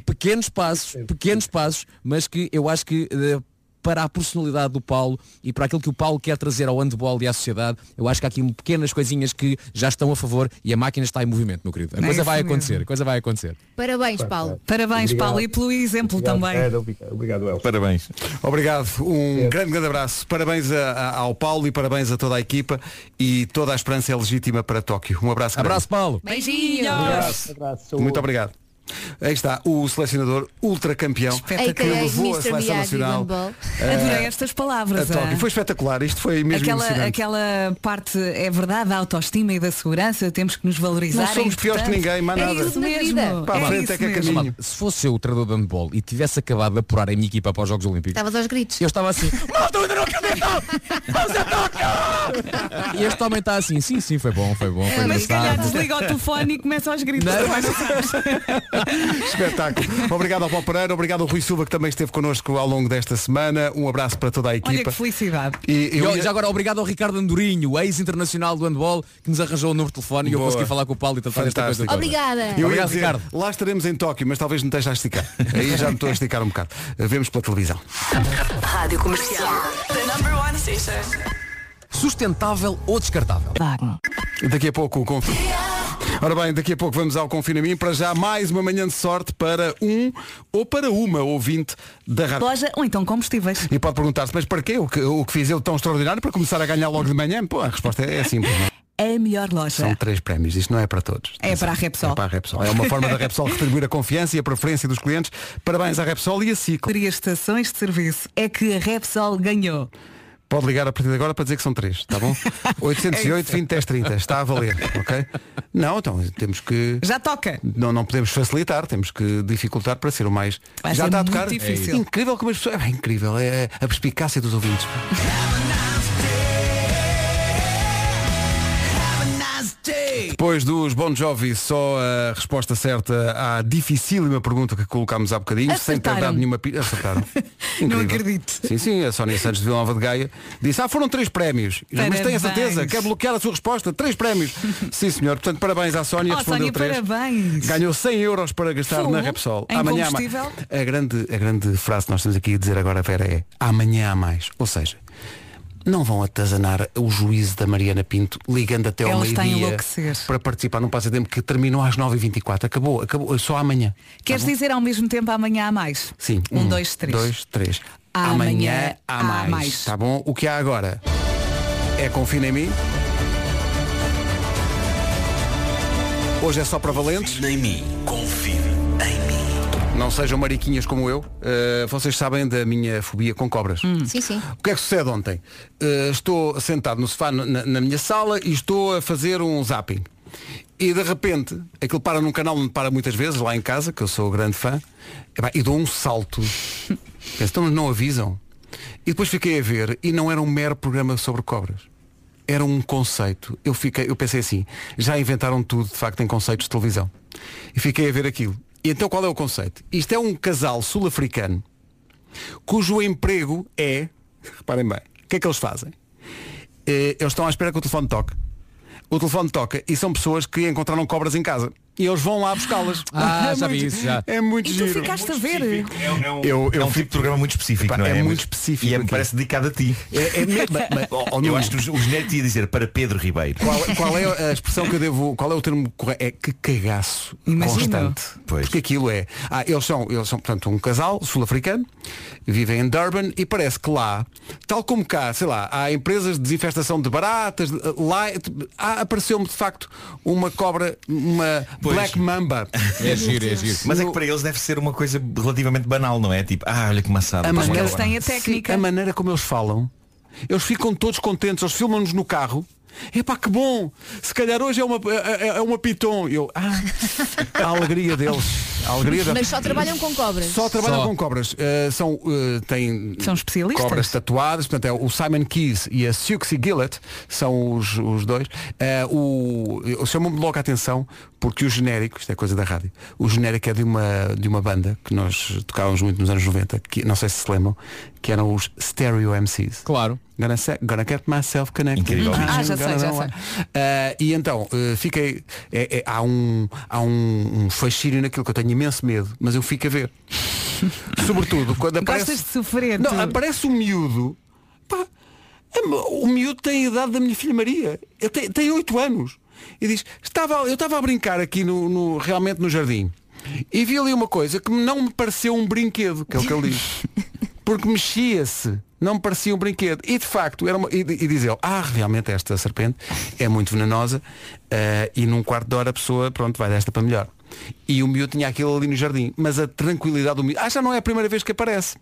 Pequenos passos, pequenos passos, mas que eu acho que eh, para a personalidade do Paulo e para aquilo que o Paulo quer trazer ao handball e à sociedade, eu acho que há aqui pequenas coisinhas que já estão a favor e a máquina está em movimento, meu querido. A
É
coisa
isso
vai
mesmo.
acontecer, a coisa vai acontecer.
Parabéns, Paulo.
Parabéns,
Obrigado.
Paulo, e pelo exemplo também.
obrigado, obrigado Elsa.
Parabéns.
Obrigado, um grande, grande abraço. Parabéns a- a- ao Paulo e parabéns a toda a equipa e toda a esperança é legítima para Tóquio. Um abraço. grande.
Abraço, Paulo.
Beijinhos.
Abraço. Muito obrigado. Aí está, o selecionador ultracampeão
Espetacular.
que levou a
Mr.
seleção
Miyagi
nacional.
Gumball.
eh,
Adorei estas palavras.
a Tóquio.
ah.
Foi espetacular, isto foi mesmo
Aquela,
emocionante.
aquela parte é verdade da autoestima e da segurança, temos que nos valorizar.
Não somos
é
piores que
importante.
ninguém, mais
é
nada.
Isso
Na
mesmo.
vida. Para a
é
frente
isso
é que é
mesmo.
caminho.
Se fosse eu o treinador de handball e tivesse acabado de apurar a minha equipa para os Jogos Olímpicos,
Estavas aos gritos.
eu estava assim, "Ah, e este homem está assim, sim, sim, foi bom, foi bom, foi
É, Mas se calhar
engraçado.
desliga o telefone e começa aos gritos.
Não.
Mas não sabes.
Espetáculo. Obrigado ao Paulo Pereira, obrigado ao Rui Silva que também esteve connosco ao longo desta semana. Um abraço para toda a equipa.
Olha que felicidade.
E
E,
eu
ó,
ia-
já agora obrigado ao Ricardo Andorinho, ex-internacional do handball, que nos arranjou o número de telefone e eu
Boa.
consegui falar com o Paulo e tratar desta coisa.
Fantástico.
toda.
Obrigada.
Eu ia
Obrigado,
dizer,
Ricardo.
lá estaremos em Tóquio, mas talvez me esteja a esticar. Aí já me estou a esticar um bocado. Vemos pela televisão.
Rádio Comercial. The number one station.
Sustentável ou descartável?
Daqui a pouco o conf... Ora bem, daqui a pouco vamos ao Confina Mim. Para já mais uma manhã de sorte para um ou para uma ouvinte da rádio.
Loja ou então combustíveis.
E pode perguntar-se, mas para quê? O que, o que fiz eu tão extraordinário para começar a ganhar logo de manhã? Pô, a resposta é, é simples. não é?
É a melhor loja.
São três prémios, isto não é para todos.
É para a
Tá
Repsol.
É para a Repsol. É uma forma da Repsol retribuir a confiança e a preferência dos clientes. Parabéns à Repsol e a Cico.
Três estações de serviço é que a Repsol ganhou.
Pode ligar a partir de agora para dizer que são três, tá bom?
É
808 20 10 30, está a valer, ok? Não, então temos que...
Já toca.
Não, não podemos facilitar, temos que dificultar para ser o mais...
Vai
Já
ser
está a
muito
tocar?
difícil.
É incrível como as pessoas... É incrível, é a perspicácia dos ouvintes. Depois dos Bon Jovi, só a resposta certa à dificílima pergunta que colocámos há bocadinho, sem ter
Acertaram.
dado nenhuma pista. Acertaram. Incrível.
acredito.
Sim, sim, a Sónia Santos de Vila Nova de Gaia disse, ah, foram três prémios. Eu, Mas tenho a
Parabéns.
certeza, quer bloquear a sua resposta, três prémios. sim, senhor. Portanto, parabéns à Sónia,
Oh,
respondeu
Sónia,
três.
parabéns.
Ganhou 100 euros para gastar
Fogo. É
na Repsol.
Em
Amanhã há mais.
combustível.
A grande, a grande frase que nós temos aqui a dizer agora, Vera, é amanhã há mais. Ou seja, não vão atazanar o juízo da Mariana Pinto ligando até ao
Ela está a
meio-dia
enlouquecer.
para participar num passatempo que terminou às 9h24. Acabou, acabou, só amanhã. Tá
Queres dizer ao mesmo tempo amanhã há mais?
Sim.
Um, dois, três.
Dois, três.
Amanhã
há
há
mais.
mais.
Tá bom? O que há agora? É confina em mim. Hoje é só para valentes. Confina em mim. Confina em mim. Não sejam mariquinhas como eu. Uh, vocês sabem da minha fobia com cobras.
Hum.
Sim, sim.
O que é que sucede ontem? Eh, estou sentado no sofá na, na minha sala e estou a fazer um zapping. E de repente, aquilo para num canal onde para muitas vezes, lá em casa, que eu sou grande fã, epá, e dou um salto. Penso, então mas não avisam. E depois fiquei a ver e não era um mero programa sobre cobras. Era um conceito. Eu, fiquei, eu pensei assim, já inventaram tudo, de facto, em conceitos de televisão. E fiquei a ver aquilo. E então qual é o conceito? Isto é um casal sul-africano cujo emprego é, reparem bem, o que é que eles fazem? Eh, Eles estão à espera que o telefone toque. O telefone toca e são pessoas que encontraram cobras em casa. E eles vão lá buscá-las.
Ah, já vi
muito-
isso, já.
É muito
E tu
giro.
ficaste a ver.
É um,
Eu- eu
é um tipo de programa muito específico,
Epá,
não é?
é muito
específico. E é, parece dedicado a ti.
É- é mesmo, mas- mas- ó, ó,
eu
Nuno.
acho que os, os netos ia dizer para Pedro Ribeiro.
Qual, qual é a expressão que eu devo. Qual é o termo correto? É que cagaço
Imagino.
constante. Porque aquilo é. Ah, eles são, eles são, portanto, um casal sul-africano, vivem em Durban e parece que lá, tal como cá, sei lá, há empresas de desinfestação de baratas, de- ah, lá há- apareceu-me de facto uma cobra, uma
Pois.
black mamba.
Mas é que para eles deve ser uma coisa relativamente banal, não é? Tipo, ah, olha que maçada.
A
pá,
maneira-
olha lá.
Sim, a maneira como eles falam. Eles ficam todos contentes, eles filmam-nos no carro. Epá, que bom! Se calhar hoje é uma, é, é uma piton. Eu, ah, a alegria deles. A alegria deles.
Mas só trabalham com cobras.
Só trabalham com cobras. Eh, são, eh, têm
São especialistas?
cobras tatuadas. Portanto, é o Simon Keys e a Siouxsie Gillett são os, os dois. Eh, o, eu- Chamou-me logo a atenção porque o genérico, isto é coisa da rádio, o genérico é de uma, de uma banda que nós tocávamos muito nos anos 90, que não sei se se lembram, que eram os Stereo MCs. Claro. Gonna, se- gonna get myself connected.
Incrível.
Ah, já sei, já sei.
Ah, e então, eh, fiquei. é- é- há um, há um, um fascínio naquilo que eu tenho imenso medo, mas eu fico a ver. Sobretudo quando aparece.
Gostas de sofrer?
Não,
tu?
aparece um miúdo. Pá, é mo- o miúdo tem a idade da minha filha Maria. Ele tem- tem oito anos. E diz, estava, eu estava a brincar aqui no, no- realmente no jardim. E vi ali uma coisa que não me pareceu um brinquedo, que é o que ele diz. Porque mexia-se, não me parecia um brinquedo. E de facto, era uma, e, e diz ele, ah, realmente esta serpente é muito venenosa eh, e num quarto de hora a pessoa, pronto, vai desta para melhor. E o miúdo tinha aquilo ali no jardim, mas a tranquilidade do miúdo, ah, já não é a primeira vez que aparece.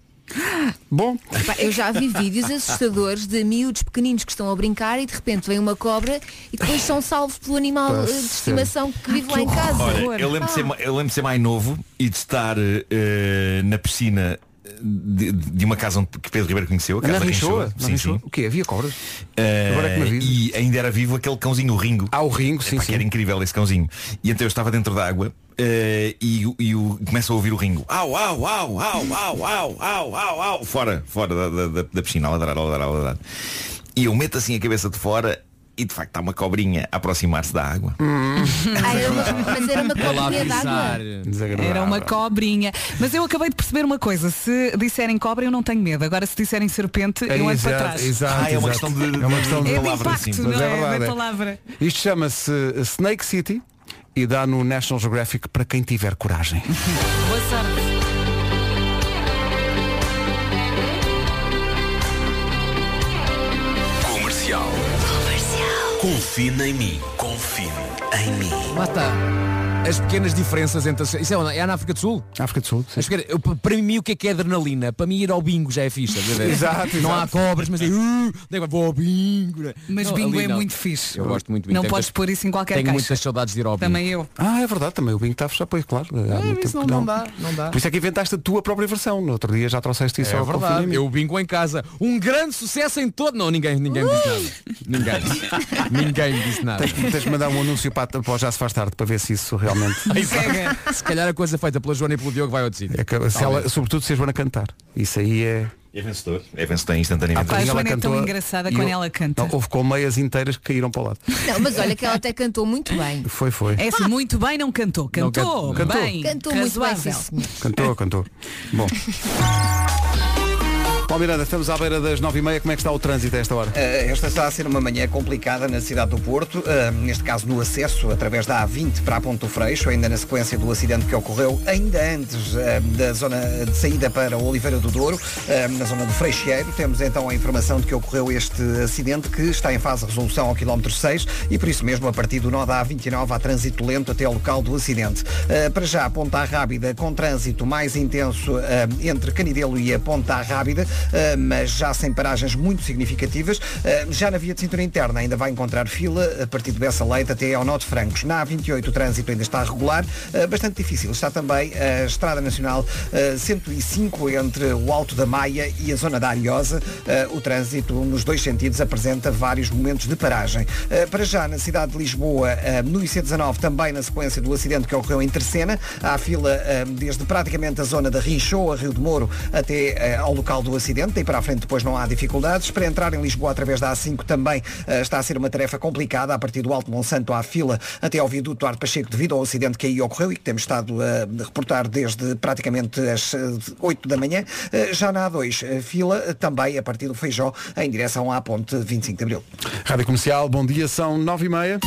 Bom,
Pá, Eu já vi vídeos assustadores de miúdos pequeninos que estão a brincar e de repente vem uma cobra e depois são salvos pelo animal
Pá,
eh, de
sério.
estimação que vive lá em casa.
Olha, eu lembro, de ser, ma- eu lembro de ser mais novo e de estar eh, eh, na piscina de, de uma casa onde- que Pedro Ribeiro conheceu, a
Na
casa da
Rinchoa?
Rinchoa.
Na Rinchoa? O quê? Havia cobras?
Eh,
Agora é que me
e ainda era vivo aquele cãozinho, o Ringo.
Ah, o Ringo, sim,
Que era incrível esse cãozinho. E então eu estava dentro da água eh, e, o- e o- começo a ouvir o Ringo. Au, au, au, au, au, au, au, au, au. Fora, fora da, da, da- da piscina, a ladrar, a ladrar, a ladrar. E eu meto assim a cabeça de fora e de facto está uma cobrinha a aproximar-se da água.
Hum.
Ah, era uma- mas era uma cobrinha d'água.
Desagradável.
Era uma cobrinha. Mas eu acabei de perceber uma coisa. Se disserem cobra, eu não tenho medo. Agora, se disserem serpente, eu ando um para trás.
Ah, é uma questão de-
é uma questão
É de
palavra,
impacto,
sim.
não
Mas
é? Da
verdade,
palavra.
Isto chama-se Snake City e dá no National Geographic para quem tiver coragem.
Boa sorte.
Comercial.
Um
Comercial. Confina em mim. Confine em mim.
Lá está. As pequenas diferenças entre as... Isso é, onde? é na África do Sul?
África do Sul.
As pequenas- eu- para mim o que é que é adrenalina? Para mim ir ao bingo já é fixe. estás a ver?
Exato,
Não
exato.
há cobras, mas é, "Uh, daí vou ao bingo. né?
Mas
Não,
bingo
ali
é
não.
muito fixe.
Eu gosto muito de bingo.
Não
Tenho
podes
muitas-
pôr isso em qualquer
Tenho
caixa.
muitas saudades de ir ao bingo.
Também eu. É,
Ah, é verdade, também o Bingo está fechado, pois claro. Há muito tempo que
não
Por isso é que inventaste a tua própria versão. No outro dia já trouxeste isso
É
ao
verdade,
confinamento.
eu bingo em casa. Um grande sucesso em todo. Não, ninguém, ninguém me disse nada. Ninguém. ninguém me disse nada.
Tens, tens de mandar um anúncio para, para o Já se faz tarde para ver se isso realmente.
Se calhar a coisa é feita pela Joana e pelo Diogo vai ao sítio.
É que se ela, sobretudo se a Joana cantar. Isso aí é.
É vencedor. É vencedor
Há
instantaneamente.
bocadinho
Joana
ela
é tão
cantou-
engraçada
e
quando
eu-
ela canta.
Não, houve colmeias inteiras que caíram para o lado.
Não, mas olha que ela até cantou muito bem.
Foi, foi.
É assim, muito bem não cantou. Cantou,
can- cantou.
bem.
Cantou muito bem,
razoável.
sim,
Cantou, cantou. Bom. Paulo Miranda, estamos à beira das 9h30. Como é que está o trânsito a esta hora?
Eh, Esta está a ser uma manhã complicada na cidade do Porto, eh, neste caso no acesso através da A20 para a Ponto Freixo, ainda na sequência do acidente que ocorreu ainda antes eh, da zona de saída para Oliveira do Douro, eh, na zona do Freixeiro. Temos então a informação de que ocorreu este acidente que está em fase de resolução ao quilómetro 6 e por isso mesmo a partir do nó da A29 há trânsito lento até ao local do acidente. Eh, Para já, Ponta Rábida com trânsito mais intenso eh, entre Canidelo eh, e a Ponta Rábida, eh, mas já sem paragens muito significativas. Eh, Já na via de cintura interna ainda vai encontrar fila a partir de Bessa Leite até ao Nó de Francos. Na A28 o trânsito ainda está regular, eh, bastante difícil. Está também a Estrada Nacional eh, 105 entre o Alto da Maia e a Zona da Ariosa. Eh, O trânsito nos dois sentidos apresenta vários momentos de paragem. Eh, Para já na cidade de Lisboa, eh, no IC19, também na sequência do acidente que ocorreu em Tercena, há fila eh, desde praticamente a zona da Rinchoa, Rio de Moro, até eh, ao local do acidente. E para a frente depois não há dificuldades. Para entrar em Lisboa através da A5 também eh, está a ser uma tarefa complicada. A partir do Alto Monsanto há fila até ao viaduto Duarte Pacheco devido ao acidente que aí ocorreu e que temos estado hum, a reportar desde praticamente as eh, 8 da manhã. Eh, Já na A2, eh, fila eh, também a partir do Feijó em direção à ponte 25 de Abril.
Rádio Comercial, bom dia, são nove e meia.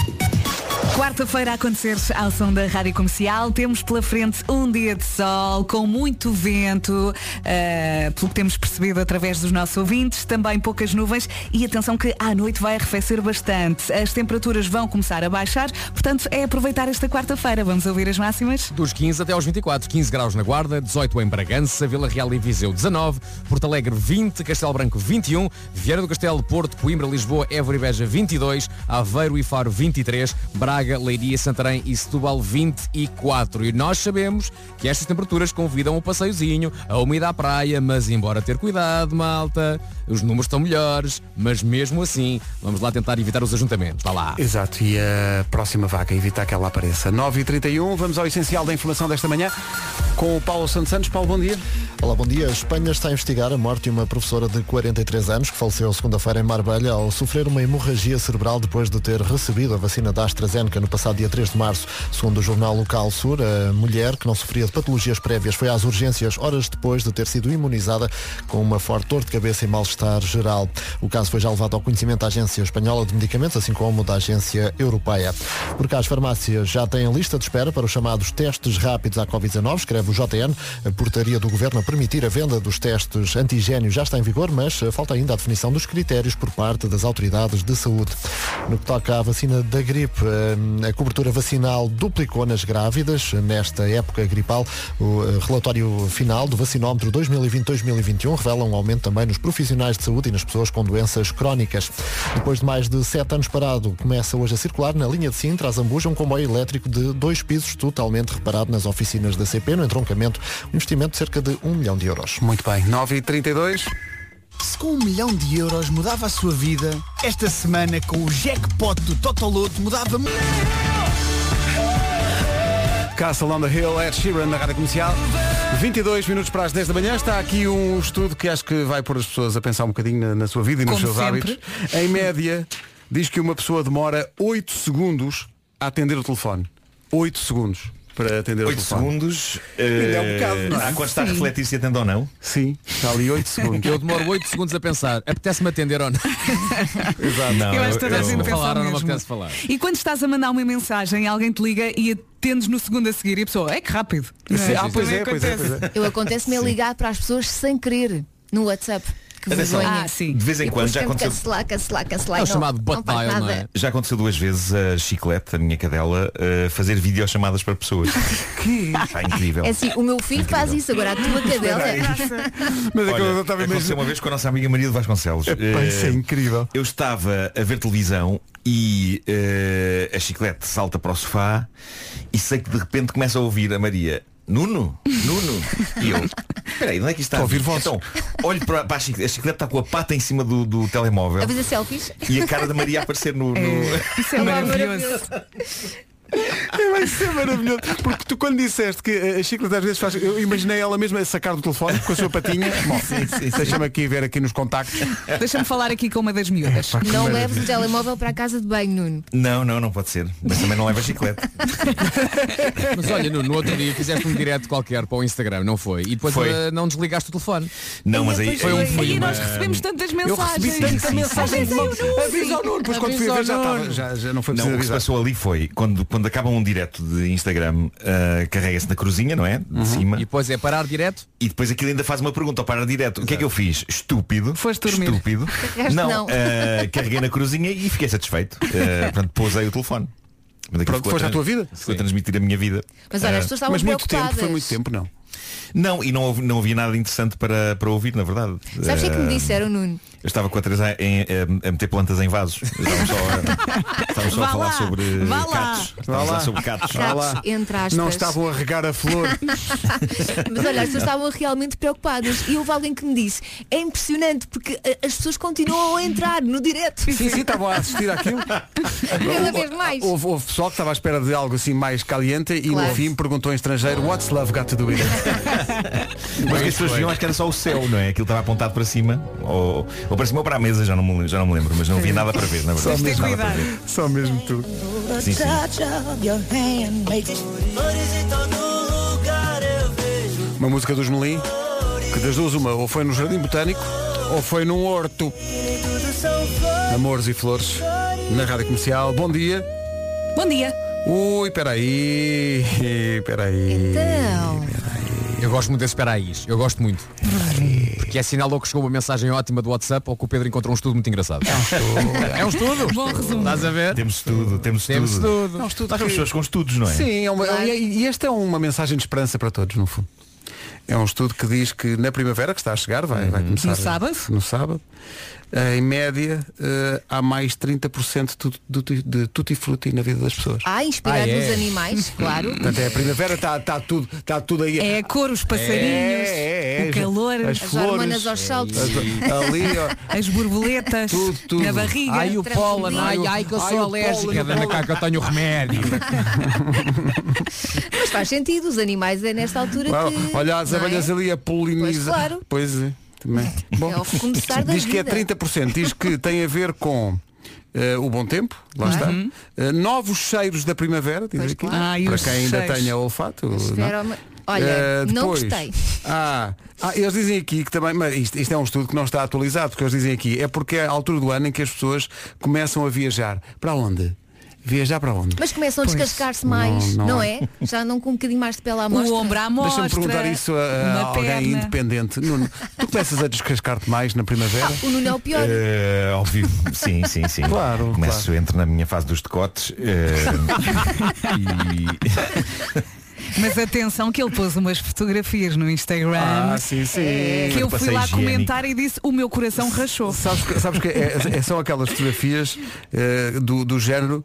Quarta-feira a acontecer ao som da Rádio Comercial. Temos pela frente um dia de sol, com muito vento, eh, pelo que temos percebido através dos nossos ouvintes, também poucas nuvens e atenção que à noite vai arrefecer bastante. As temperaturas vão começar a baixar, portanto é aproveitar esta quarta-feira. Vamos ouvir as máximas?
Dos 15 até aos 24, 15 graus na Guarda, 18 em Bragança, Vila Real e Viseu 19, Porto Alegre 20, Castelo Branco 21, Vieira do Castelo, Porto, Coimbra, Lisboa, Évora e Beja 22, Aveiro e Faro 23, Braga, Leiria, Santarém e Setúbal 24. E nós sabemos que estas temperaturas convidam o passeiozinho, a umida à praia, mas embora ter cuidado, malta, os números estão melhores, mas mesmo assim, vamos lá tentar evitar os ajuntamentos. Vá lá.
Exato, e a próxima vaca, evitar que ela apareça. 9h31, vamos ao essencial da informação desta manhã com o Paulo Santos Santos. Paulo, bom dia.
Olá, bom dia. A Espanha está a investigar a morte de uma professora de 43 anos que faleceu segunda-feira em Marbella ao sofrer uma hemorragia cerebral depois de ter recebido a vacina da AstraZeneca no passado dia 3 de março. Segundo o jornal local Sur, a mulher, que não sofria de patologias prévias, foi às urgências horas depois de ter sido imunizada com uma forte dor de cabeça e mal-estar geral. O caso foi já levado ao conhecimento da Agência Espanhola de Medicamentos, assim como da Agência Europeia. Por cá, as farmácias já têm lista de espera para os chamados testes rápidos à Covid-19, escreve o JN. A portaria do governo a permitir a venda dos testes antigénios já está em vigor, mas eh, falta ainda a definição dos critérios por parte das autoridades de saúde. No que toca à vacina da gripe, eh, a cobertura vacinal duplicou nas grávidas eh, nesta época gripal. O eh, relatório final do vacinómetro 2020-2021 revela um aumento também nos profissionais de saúde e nas pessoas com doenças crónicas. Depois de mais de sete anos parado, começa hoje a circular na linha de Sintra, a Zambuja, um comboio elétrico de dois pisos totalmente reparado nas oficinas da CP, no entroncamento, um investimento de cerca de 1 milhão de euros.
Muito bem, 9h32.
Se com um milhão de euros mudava a sua vida, esta semana com o jackpot do Totoloto mudava... mu-
Castle on the Hill, Ed Sheeran, na Rádio Comercial. 22 minutos para as 10 da manhã. Está aqui um estudo que acho que vai pôr as pessoas a pensar um bocadinho na, na sua vida e nos
Como
seus
sempre.
hábitos. Em média, diz que uma pessoa demora 8 segundos a atender o telefone. 8 segundos para atender o
Oito
telefone.
segundos.
Ainda é um
eh,
bocado, não é?
Há quando está a
Sim.
refletir se atende ou não?
Sim, está ali 8 segundos.
Eu demoro 8 segundos a pensar. Apetece-me atender ou não?
Exato.
Não,
eu
eu-
acho que toda a
eu-
gente
eu-
pensa falar ou não me
mesmo.
apetece falar.
E quando estás a mandar uma mensagem, alguém te liga e atendes no segundo a seguir e a pessoa, é que rápido. Não é?
Ah, pois
Também
é, pois é, pois é.
Eu acontece-me a ligar para as pessoas sem querer no WhatsApp. Que
Atenção.
vergonha.
Ah, sim. De vez em
E um depois
quando já
tenho que
aconteceu-
Cancelar, cancelar, cancelar.
É o
e não-
chamado
não é? faz nada.
Já aconteceu duas vezes a Chiclete, a minha cadela, a fazer videochamadas para pessoas.
Que?
Está incrível.
É assim, o meu filho faz isso, agora a tua cadela.
Mas
Olha, aconteceu uma vez com a nossa amiga Maria de Vasconcelos. Eh,
Epá, isso é incrível.
Eu estava a ver televisão e eh, a chiclete salta para o sofá e sei que de repente começa a ouvir a Maria. Nuno, Nuno. E eu, peraí, onde é que isto está? a
Estou a ouvir
vir?"
vozes.
Então, olho para, para a chiclete, a chiclete está com a pata em cima do, do
é
telemóvel
A fazer selfies.
e a cara da Maria a aparecer no. no-
Isso é maravilhoso.
É, Vai ser maravilhoso. Porque tu quando disseste que eh, a Chicleta às vezes faz. Eu imaginei ela mesma a sacar do telefone com a sua patinha. Bom, deixa-me aqui ver aqui nos contactos.
Deixa-me falar aqui com uma das miúdas.
Epá, que
Não
maravilha.
leves o telemóvel para a casa de banho, Nuno.
Não, não, não pode ser. Mas também não leva chiclete.
Mas olha, no, no outro dia fizeste um direto qualquer para o Instagram, não foi? E depois
Foi.
eh, não desligaste o telefone.
Não, mas aí-
foi um
aí-
foi
aí
uma-
nós recebemos
tantas
Eu recebi
mensagens.
tanta
Sim, sim,
mensagem
sim, sim.
de uma-
Avisa ao Nuno, depois quando fui a ver já estava. Já, já não foi
Não,
preciso
o que se
avisar.
passou ali foi, quando, quando acaba um direto de Instagram, ah, carrega-se na cruzinha, não é? De
Uhum.
cima. E
depois é parar direto?
E depois aquilo ainda faz uma pergunta ao parar direto. O que é que eu fiz? Estúpido. Foste
dormir.
Estúpido.
Carregaste
não,
não.
ah, carreguei na cruzinha e fiquei satisfeito. Ah, portanto, pousei o telefone. Mas aquilo
Pronto,
ficou
foste
a
à tua vida?
Ficou a transmitir a minha vida.
Mas olha,
Ah,
as pessoas estavam
Mas muito
preocupadas.
tempo, foi muito tempo, não.
Não, e não ouvi, não ouvi nada interessante para, para ouvir, na verdade.
Sabes o que é que me
Eh,
disseram, Nuno?
Eu estava com a Teresa em- em- a meter plantas em vasos. Estávamos só a, estávamos só a
Vá
falar
lá,
sobre
vá lá.
catos. Estávamos
Vá
lá
lá.
sobre catos.
Catos, entre aspas.
Não estavam a regar a flor.
Mas olha, as pessoas estavam realmente preocupadas e houve alguém que me disse é impressionante porque a- as pessoas continuam a entrar no direto.
Sim, sim, estavam a assistir àquilo.
Cada vez mais.
Houve, houve pessoal que estava à espera de algo assim mais caliente e
Claro.
no fim perguntou em estrangeiro What's love got to do with it?
Mas que as pessoas viam, acho que era só o céu, não é? Aquilo estava apontado para cima. Ou, ou para cima ou para a mesa, já não, me, lembro- já não me lembro, mas não havia nada para ver, na verdade. Nada para ver.
Só mesmo tu.
Sim, sim.
Uma música dos Melim, que das duas uma, ou foi no Jardim Botânico, ou foi num horto. Amores e Flores, na Rádio Comercial. Bom dia.
Bom dia.
Ui, peraí, peraí.
Eu gosto muito desse peraís, eu gosto muito. Porque é sinal logo que chegou uma mensagem ótima do WhatsApp ou que o Pedro encontrou um estudo muito engraçado. É um estudo. Bom resumo. É um Estás a ver?
Temos tudo, temos,
Temos
tudo.
tudo.
Não, é um estudo
Nós somos
que-
pessoas com estudos, não é?
Sim, é uma- e, e esta é uma mensagem de esperança para todos, no fundo. É um estudo que diz que na primavera, que está a chegar, vai, vai começar
No sábado?
no sábado, eh, em média eh, há mais 30% de tutti- de tutti- de tutti-frutti na vida das pessoas.
Ah, inspirado
Ah, é.
nos animais, claro.
Portanto, é a primavera, está tá tudo, tá tudo aí.
É a cor, os passarinhos,
É, é, é,
o calor,
as
as
flores.
hormonas aos saltos.
As- ali, ó.
as borboletas,
tudo.
na barriga.
Ai, o pólen, ai, ai, que eu
Ai,
sou
o
alérgica.
pólen, o
Dana cá que eu tenho um remédio.
Mas faz sentido, os animais é nesta altura
Uau,
que.
Olha as
não é?
abelhas ali a polinizar.
Pois, claro.
Pois é, também. Bom,
ao recomeçar da
diz que é
vida.
30%, diz que tem a ver com eh, o bom tempo, lá está.
Uhum.
Eh, novos cheiros da primavera, diz aqui.
claro. Ah, e
para
os
quem ainda
cheiros.
tenha olfato. não é?
Esferoma- Olha,
Eh,
não
depois-
gostei.
Ah, ah, eles dizem aqui que também, mas isto, isto é um estudo que não está atualizado, porque eles dizem aqui, é porque é a altura do ano em que as pessoas começam a viajar. Para onde? Viajar para onde?
Mas começam a
Pois.
descascar-se mais,
Não,
não,
não
é? Já andam com um bocadinho mais de pele à mostra.
ombro à
Deixa-me perguntar isso a, a
uma
alguém
perna.
independente. Nuno, tu começas a descascar-te mais na primavera?
O Nuno é o pior.
Eh, óbvio, sim, sim, sim.
Claro,
Começo,
claro.
entro na minha fase dos decotes eh,
É,
e
Mas atenção que ele pôs umas fotografias no Instagram. eh,
Ah, sim, sim.
Que eu fui
Passeio
lá
higiênico.
comentar e disse o meu coração rachou.
Sabes que, sabes que é- é- são aquelas fotografias eh, do, do género.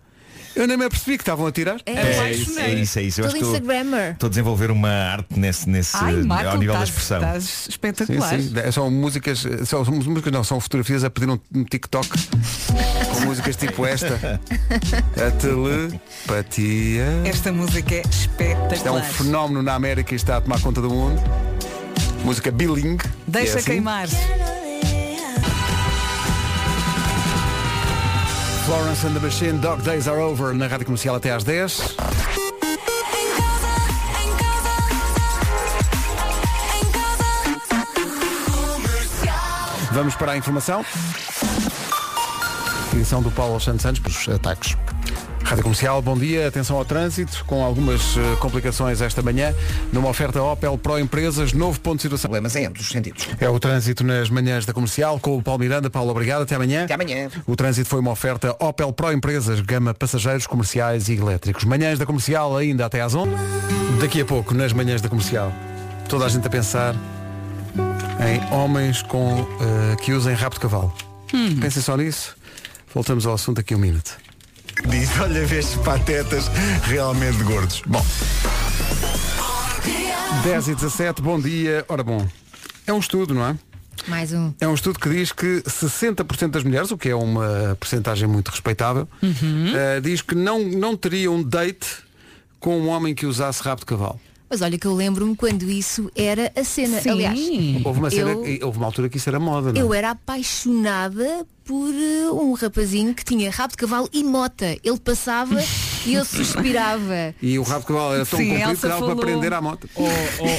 Eu nem me apercebi que estavam a tirar.
É,
é isso, é isso, é isso.
Todo
Eu acho que estou-
Instagrammer.
estou a desenvolver uma arte nesse, nesse
Ai, Marco,
ao nível da
estás-
expressão.
Estás
Sim,
espetacular.
sim. De- São músicas, eh, são, são músicas, não, são fotografias a pedir um, um TikTok com músicas tipo esta. A telepatia.
Esta música é
Isto é um
espetacular.
fenómeno na América e está a tomar conta do mundo. Música bilingue. que é
Deixa
assim.
queimar.
Florence and the Machine, Dog Days Are Over, na Rádio Comercial até às 10. Vamos para a informação. Edição do Paulo Santos Santos para os ataques. Rádio Comercial, bom dia. Atenção ao trânsito, com algumas eh, complicações esta manhã, numa oferta Opel Pro Empresas, novo ponto de situação.
Problemas em ambos os sentidos.
É o trânsito nas manhãs da comercial com o Paulo Miranda. Paulo, obrigado. Até amanhã. Até
amanhã.
O trânsito foi uma oferta Opel Pro Empresas, gama passageiros, comerciais e elétricos. Manhãs da comercial ainda até às 11. Daqui a pouco, nas manhãs da comercial, toda a gente a pensar em homens com, eh, que usem rabo de cavalo. Pensem só nisso. Voltamos ao assunto daqui a um minuto. Diz, olha, vês patetas realmente gordos. Bom. 10 e 17, bom dia. Ora bom, é um estudo, não é?
Mais um.
É um estudo que diz que 60% das mulheres, o que é uma percentagem muito respeitável, eh, diz que não, não teria um date com um homem que usasse rabo de cavalo.
Mas olha que eu lembro-me quando isso era a cena.
Sim.
Aliás,
Houve uma, cena-
Hum. eu,
houve uma altura que isso era moda, não é?
eu era apaixonada por eh, um rapazinho que tinha rabo de cavalo e mota. Ele passava e eu suspirava.
E o rabo de cavalo era tão
Sim,
comprido
Elsa
que dava
falou-
para prender à moto.
Oh,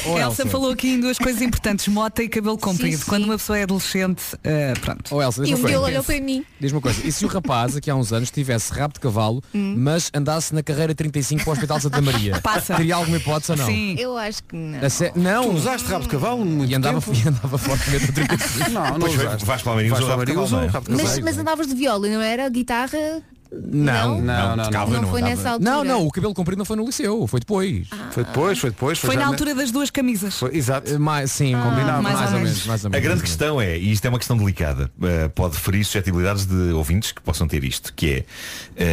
oh,
Elsa falou aqui em duas coisas importantes, mota e cabelo comprido. Quando uma pessoa é adolescente, eh, pronto.
Oh,
um
Elsa, diz-me uma coisa.
mim.
Diz-me uma coisa, e se o rapaz aqui há uns anos tivesse rabo de cavalo,
Hum.
mas andasse na carreira 35 para o Hospital Santa Maria?
Passa.
Teria alguma hipótese ou não?
Eu acho que não.
A sé- Não.
Tu usaste rabo de cavalo muito
e andava,
tempo?
E andava fortemente a 35.
Não, não
Pois,
usaste.
Vasco Palmeirinho
Vasco
usou rabo de
Palmeirinho
cavalo,
usou
não é?
rabo de
Mas,
cavalo.
mas andavas de viola, não era? Guitarra,
Não, não, não, não.
calma, Não não foi andava. nessa altura.
Não, não, o cabelo comprido não foi no liceu, foi depois.
Foi depois, foi depois.
Foi na altura das duas camisas.
exato.
Eh, Mais, sim,
Ah,
combinado.
mais ou menos.
mais ou
A
menos.
grande questão é, e isto é uma questão delicada, eh, pode ferir suscetibilidades de ouvintes que possam ter isto, que é,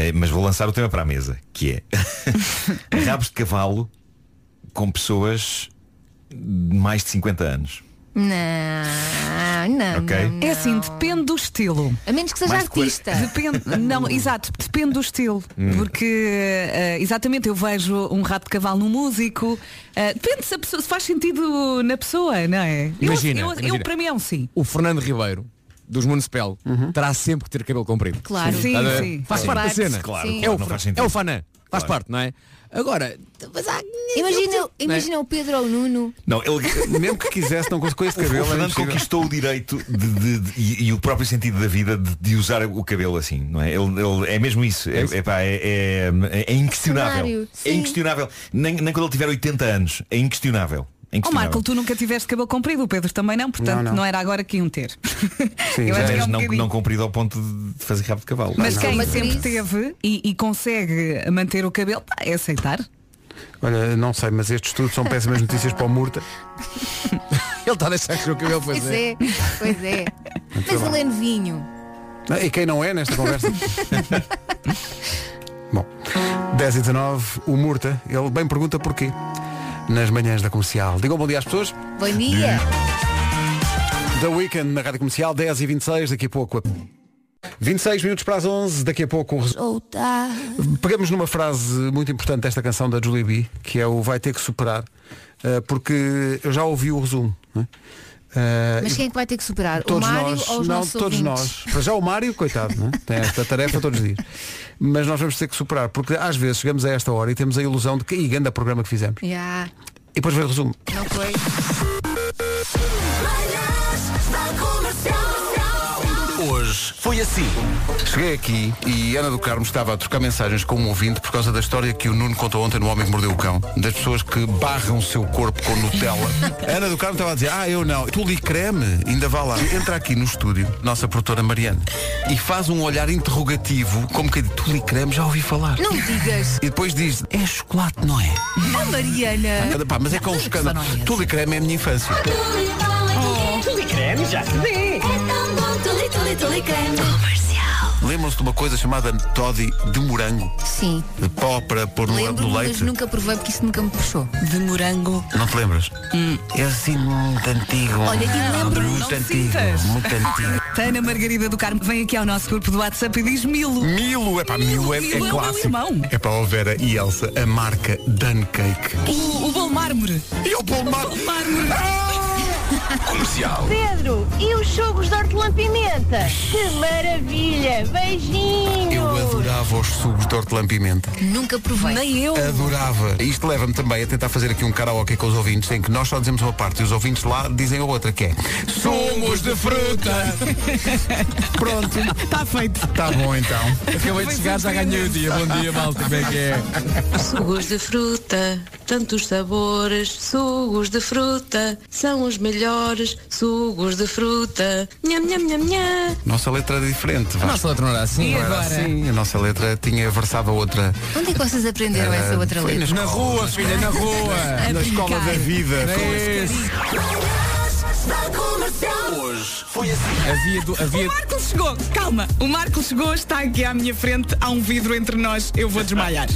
eh, mas vou lançar o tema para a mesa, que é rabos de cavalo com pessoas de mais de 50 anos.
Não, Ah, não.
Ok.
não, não.
É assim, depende do estilo.
A menos que seja
Mais de quar-
artista.
Depende, não, exato, depende do estilo.
Hum.
Porque, eh, exatamente, eu vejo um rato de cavalo no músico. eh, depende se, a pessoa- se faz sentido na pessoa, não é? Eu-
Imagina,
eu- eu,
imagina.
para mim é um sim.
O Fernando Ribeiro, dos Municipal, terá sempre que ter cabelo comprido.
Claro. Sim,
Estás a ver?
sim.
Faz
Sim.
parte da cena.
Claro,
Sim.
é, o,
claro, não faz
é
sentido.
o fanã. Faz parte, não é? Agora,
Imagina,
é?
imagina o Pedro ou o Nuno.
Não, ele,
mesmo que quisesse, não conseguiu esse
O
cabelo, é
Fernando
impossível.
conquistou o direito de- de- de- e, e o próprio sentido da vida de, de usar o cabelo assim, não é? Ele, ele- é mesmo isso. É, é, pá, é- é- é inquestionável.
Cenário,
É
sim.
inquestionável. Nem, nem quando ele tiver 80 anos. É inquestionável. É
Ó
inquestionável.
Oh, Marco, tu nunca tiveste cabelo comprido, o Pedro também não, portanto
Não,
não,
não.
era agora que iam ter.
Sim,
Eu acho
já
que é
és
um
não,
bocadinho.
não comprido ao ponto de fazer rabo de cavalo.
Mas
Não,
quem
não.
sempre teve e, e consegue manter o cabelo, pá, é aceitar.
Olha, não sei, mas estes estudos são péssimas notícias para o Murta.
Ele está a deixar que o cabelo
Pois é, pois é.
Muito
Mas
bem.
ele é novinho.
Ah, E quem não é nesta conversa? Bom, 10 e 19, o Murta, ele bem pergunta porquê. Nas manhãs da comercial. Digam bom dia às pessoas.
Bom dia.
The Weekend na Rádio Comercial, 10 e 26, daqui a pouco. a- 26 minutos para as 11, daqui a pouco. um resu- Pegamos numa frase muito importante desta canção da Julie B, que é o vai ter que superar, eh, porque eu já ouvi o resumo. não é? Eh,
Mas
e-
quem é que vai ter que superar?
Todos
o Mário
nós,
ou os
não,
nossos
todos
ouvintes?
nós. Para já o Mário, coitado, né? tem esta tarefa todos os dias. Mas nós vamos ter que superar, porque às vezes chegamos a esta hora e temos a ilusão de que e grande programa que fizemos.
Já,
E depois vem o resumo.
não foi.
Hoje foi assim. Cheguei aqui e Ana do Carmo estava a trocar mensagens com um ouvinte por causa da história que o Nuno contou ontem no Homem que Mordeu o Cão, das pessoas que barram o seu corpo com Nutella. A Ana do Carmo estava a dizer, ah, eu não. Tu li creme, ainda vá lá. Entra aqui no estúdio, nossa produtora Mariana, e faz um olhar interrogativo, como que tu li creme, já ouvi falar.
Não digas.
E depois diz, é chocolate, não é?
A Mariana.
Pá, mas é com um escândalo. Tu li creme é a minha infância.
Creme já se vê. É tão bom, tuli, tuli, tuli creme.
Lembram-se de uma coisa chamada Toddy de morango?
Sim.
De pó para pôr no,
Lembro-me,
no
mas
leite?
nunca provei porque isso nunca me puxou. Hum.
De morango.
Não te lembras? É assim muito antigo.
Olha, e lembro-me,
muito
não
antigo,
sintas.
muito antigo.
Tana Margarida do Carmo vem aqui ao nosso grupo do WhatsApp e diz Milo.
Milo, é para Milo, é, é
meu
clássico.
irmão.
É para a Vera e Elsa, a marca Dan Cake.
O, o bolo mármore.
E o bolo mármore. Comercial.
Pedro, e os sogros de hortelã-pimenta? Que maravilha! Beijinhos!
Eu
Oh.
adorava os sucos de hortelã-pimenta.
Nunca provei.
Nem eu.
Adorava. Isto leva-me também a tentar fazer aqui um karaoke com os ouvintes, em que nós só dizemos uma parte e os ouvintes lá dizem a outra, que é Sumos de fruta. Pronto.
Está feito.
Está bom então.
Tá Acabei de chegar, já ganhei o dia. Bom dia, malta. Como é que é?
Sugos de fruta, tantos sabores. Sugos de fruta são os melhores. Sugos de fruta, nham, nham, nham, nham.
Nossa letra era diferente. Vasco.
nossa letra não era assim.
Não
E
era
agora?
assim. A nossa letra tinha versava outra.
Onde é que vocês aprenderam
Era-
essa outra
Eh, foi
letra?
na escola, Na rua, na filha, escola. na rua.
A
Na escola
brincar.
da vida.
Não
Com
é
esse
isso.
Hoje
Foi assim. Havia, do, havia...
O Marco chegou, calma, o Marco chegou, está aqui à minha frente, há um vidro entre nós, eu vou desmaiar.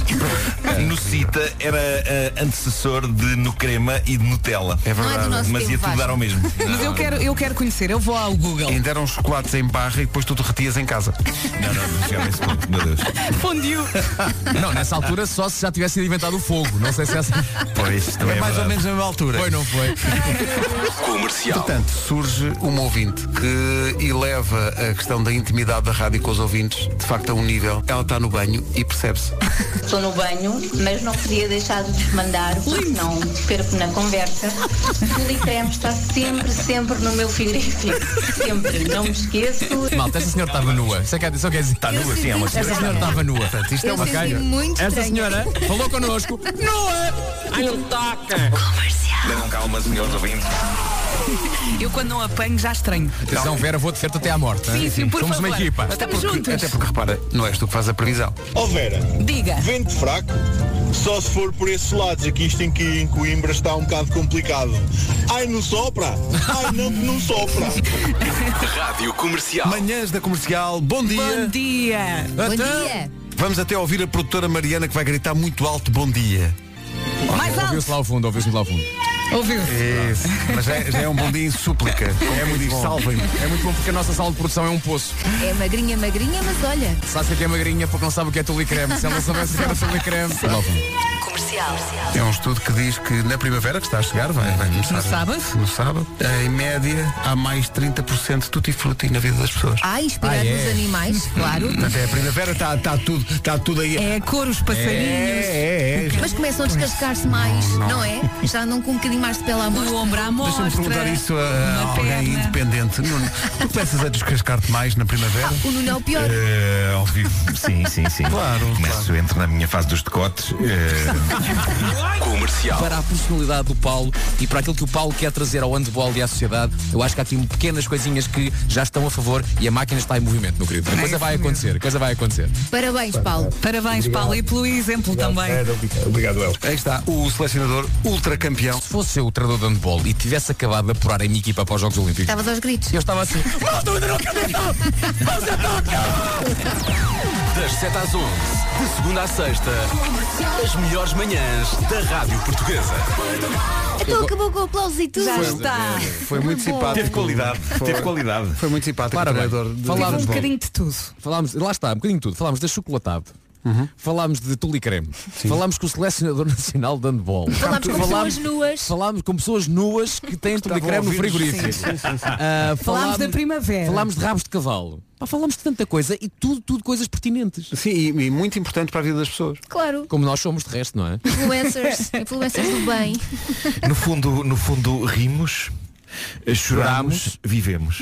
No Cita era eh, antecessor de No Crema e de Nutella. É
verdade. Não é do nosso
Mas ia
tempo,
tudo dar
Vasco.
ao mesmo.
Mas eu quero, eu quero conhecer, eu vou ao Google.
Ainda eram chocolates em barra e depois tu derretias em casa.
Não, não, não chegava a esse ponto, meu Deus.
Fundiu.
Não, nessa altura só se já tivesse sido inventado o fogo. Não sei se essa.
Pois, também é
mais ou
verdade.
menos na mesma altura.
Foi, não foi?
Comercial. Portanto, surge um ouvinte que eleva a questão da intimidade da rádio com os ouvintes, de facto, a um nível. Ela está no banho e percebe-se.
Estou no banho, mas não podia deixar de vos mandar, porque não perco na conversa. O Licreme está sempre, sempre no meu frigorífico. Sempre, não me esqueço.
Malta, esta senhora estava nua. Isso é que é- Só quer dizer. Está
nua, sim, é uma senhora.
Esta senhora estava nua.
isto
é Eu uma senti caia. muito
Esta
estranho.
senhora falou
é?
connosco. Nua! Ai, não toca!
Levam calma, senhores ouvintes.
Eu quando não apanho já estranho.
Atenção, Vera, vou defender-te até à morte.
Sim,
hein?
sim, por
Somos uma
favor.
equipa.
Até Estamos porque- juntos. até porque,
repara, não és tu que faz a previsão.
Ó Vera,
Diga.
vento fraco, só se for por esses lados, aqui isto em, que, em Coimbra está um bocado complicado. Ai, não sopra! Ai, não, que não sopra!
Rádio Comercial.
Manhãs da Comercial, bom dia.
Bom dia.
Bom dia. Vamos até ouvir a produtora Mariana que vai gritar muito alto bom dia.
Mais alto.
Ouviu-se lá ao fundo, ouviu-se lá ao fundo.
Isso. Mas já, já é um bom dia em súplica.
É muito bom. É muito bom porque a nossa sala de produção é um poço.
É magrinha, magrinha, mas olha.
Sabe que é que é magrinha porque não sabe o que é tulicreme. Se ela soubesse o que era tulicreme.
Comercial.
É um estudo que diz que na primavera, que está a chegar, vai, vai começar.
No sábado?
No sábado, em média, há mais 30% de tutti-frutti na vida das pessoas.
Ah, inspirado
Ah, é.
nos animais, claro.
Portanto, é a primavera está tá tudo, tá tudo aí.
É a cor, os passarinhos.
É, é, é.
Mas começam a descascar-se mais, não, é? Já não com um bocadinho mais de pele à mostra. O
ombro à
Deixa-me perguntar isso a,
uma
alguém
perna.
independente. Nuno, tu começas a descascar-te mais na primavera?
O Nuno é o pior.
Eh, ao vivo, sim, sim, sim.
Claro.
Começo, entro na minha fase dos decotes. eh,
Para a personalidade do Paulo e para aquilo que o Paulo quer trazer ao handball e à sociedade, eu acho que há aqui pequenas coisinhas que já estão a favor e a máquina está em movimento, meu querido. A
É
coisa
isso
vai
mesmo.
acontecer, a coisa vai acontecer.
Parabéns, Paulo.
Parabéns,
Obrigado.
Paulo, e pelo exemplo também.
É, Obrigado, El.
Aí está, o selecionador ultracampeão.
Se fosse eu o treinador de handball e tivesse acabado de apurar a minha equipa para os Jogos Olímpicos,
Estavas aos gritos.
Eu estava assim. Malta, ainda não acabou!
Malta,
tá
Das 7 às 11, de segunda à sexta, as melhores manhãs da Rádio Portuguesa.
Então acabou com o aplauso e tudo.
Já
um
Foi-
está.
Ah,
Foi muito simpático.
Teve qualidade, teve
qualidade. Foi muito simpático. o treinador de-
um
Falámos um
de-
de tudo.
Falámos, lá está, um bocadinho de tudo. Falámos de achocolatado. Uhum. Falámos de tulicreme. Falámos com o selecionador nacional de handball.
Falámos com pessoas nuas.
Falámos com pessoas nuas que têm
Tá
tulicreme
estavam
no
a ouvir-nos.
frigorífico.
Sim, sim, sim, sim.
Ah,
Falámos da primavera.
Falámos de rabos de cavalo. Pá, falámos de tanta coisa e tudo, tudo coisas pertinentes.
Sim, e, e muito importante para a vida das pessoas.
Claro.
Como nós somos de resto, não é?
Influencers. Influencers do bem.
no fundo, no fundo, rimos, eh, choramos, vivemos.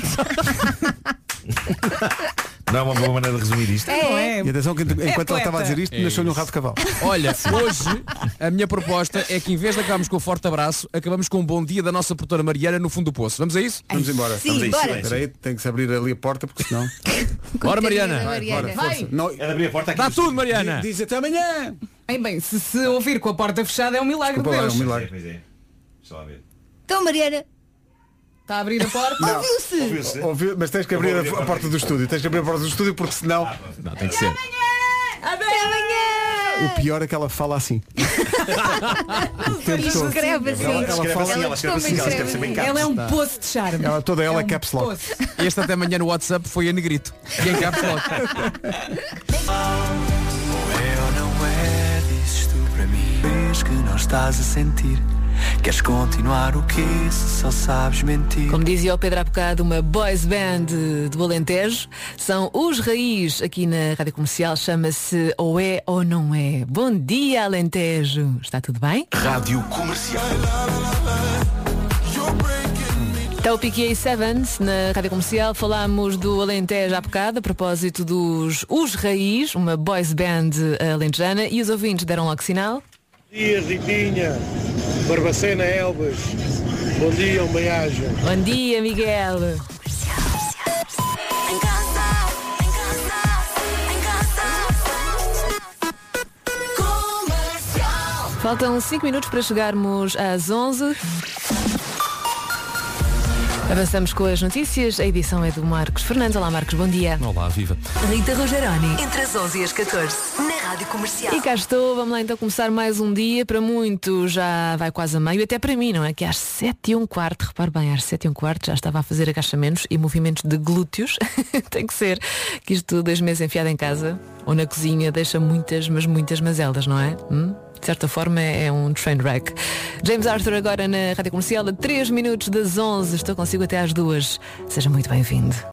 Não é uma boa maneira de resumir isto.
E atenção que enquanto
É
ela
poeta.
estava a dizer isto,
É
nasceu-lhe um rabo de cavalo.
Olha, hoje a minha proposta é que em vez de acabarmos com o forte abraço, acabamos com um bom dia da nossa produtora Mariana no fundo do poço. Vamos a isso?
Vamos embora.
Sim, Vamos a isso, bora. silêncio.
Espera aí, tem que se abrir ali a porta porque senão.
Bora, Mariana.
Vai,
Mariana.
bora, força.
Vai.
Não,
abrir a porta
Dá tudo, Mariana.
Diz até amanhã.
Ei, bem, se, se ouvir com a porta fechada é um milagre de Deus.
Pois é. Deixa lá ver.
Então, Mariana.
Está Tá a abrir a porta.
Não.
Ouviu-se.
Ouviu, mas tens que abrir a, a porta do estúdio. Tens que abrir a porta do estúdio porque senão.
Não, tem que ser.
Até amanhã!
O pior é que ela fala assim. tempo todo.
Escreve assim.
Ela- ela fala assim, ela escreve assim, ela escreve sempre em caps. Ela é um Tá. poço
de charme.
Ela- toda ela É um caps lock. poço.
Este até amanhã no WhatsApp foi a negrito. E em caps lock.
É ou não é, dizes tu para mim Vês que não estás a sentir Queres continuar o que se só sabes mentir
Como dizia o Pedro há bocado, uma boys band eh, de Bolentejo. São os Raiz aqui na Rádio Comercial. Chama-se Ou É ou Não É. Bom dia, Alentejo. Está tudo bem?
Rádio Comercial.
Está o PQA Sevens na Rádio Comercial. Falámos do Alentejo há bocado, a propósito dos Os Raiz, uma boys band eh, alentejana. E os ouvintes deram logo sinal.
Bom dia, Ritinha. Barbacena Elbas. Bom dia, um homenagem.
Bom dia, Miguel. Faltam 5 minutos para chegarmos às 11. Avançamos com as notícias. A edição é do Marcos Fernandes. Olá, Marcos, bom dia.
Olá, viva.
Rita Rogeroni.
Entre as 11 e as 14, na Rádio Comercial.
E cá estou, vamos lá então começar mais um dia. Para muitos já vai quase a meio, até para mim, não é? Que às 7 e um quarto, repare bem, às 7 e um quarto já estava a fazer agachamentos e movimentos de glúteos. Tem que ser, que isto dois meses enfiado em casa ou na cozinha deixa muitas, mas muitas mazelas, não é? Hum? De certa forma é um train wreck. James Arthur agora na Rádio Comercial, a 3 minutos das 11. Estou consigo até às 2. Seja muito bem-vindo.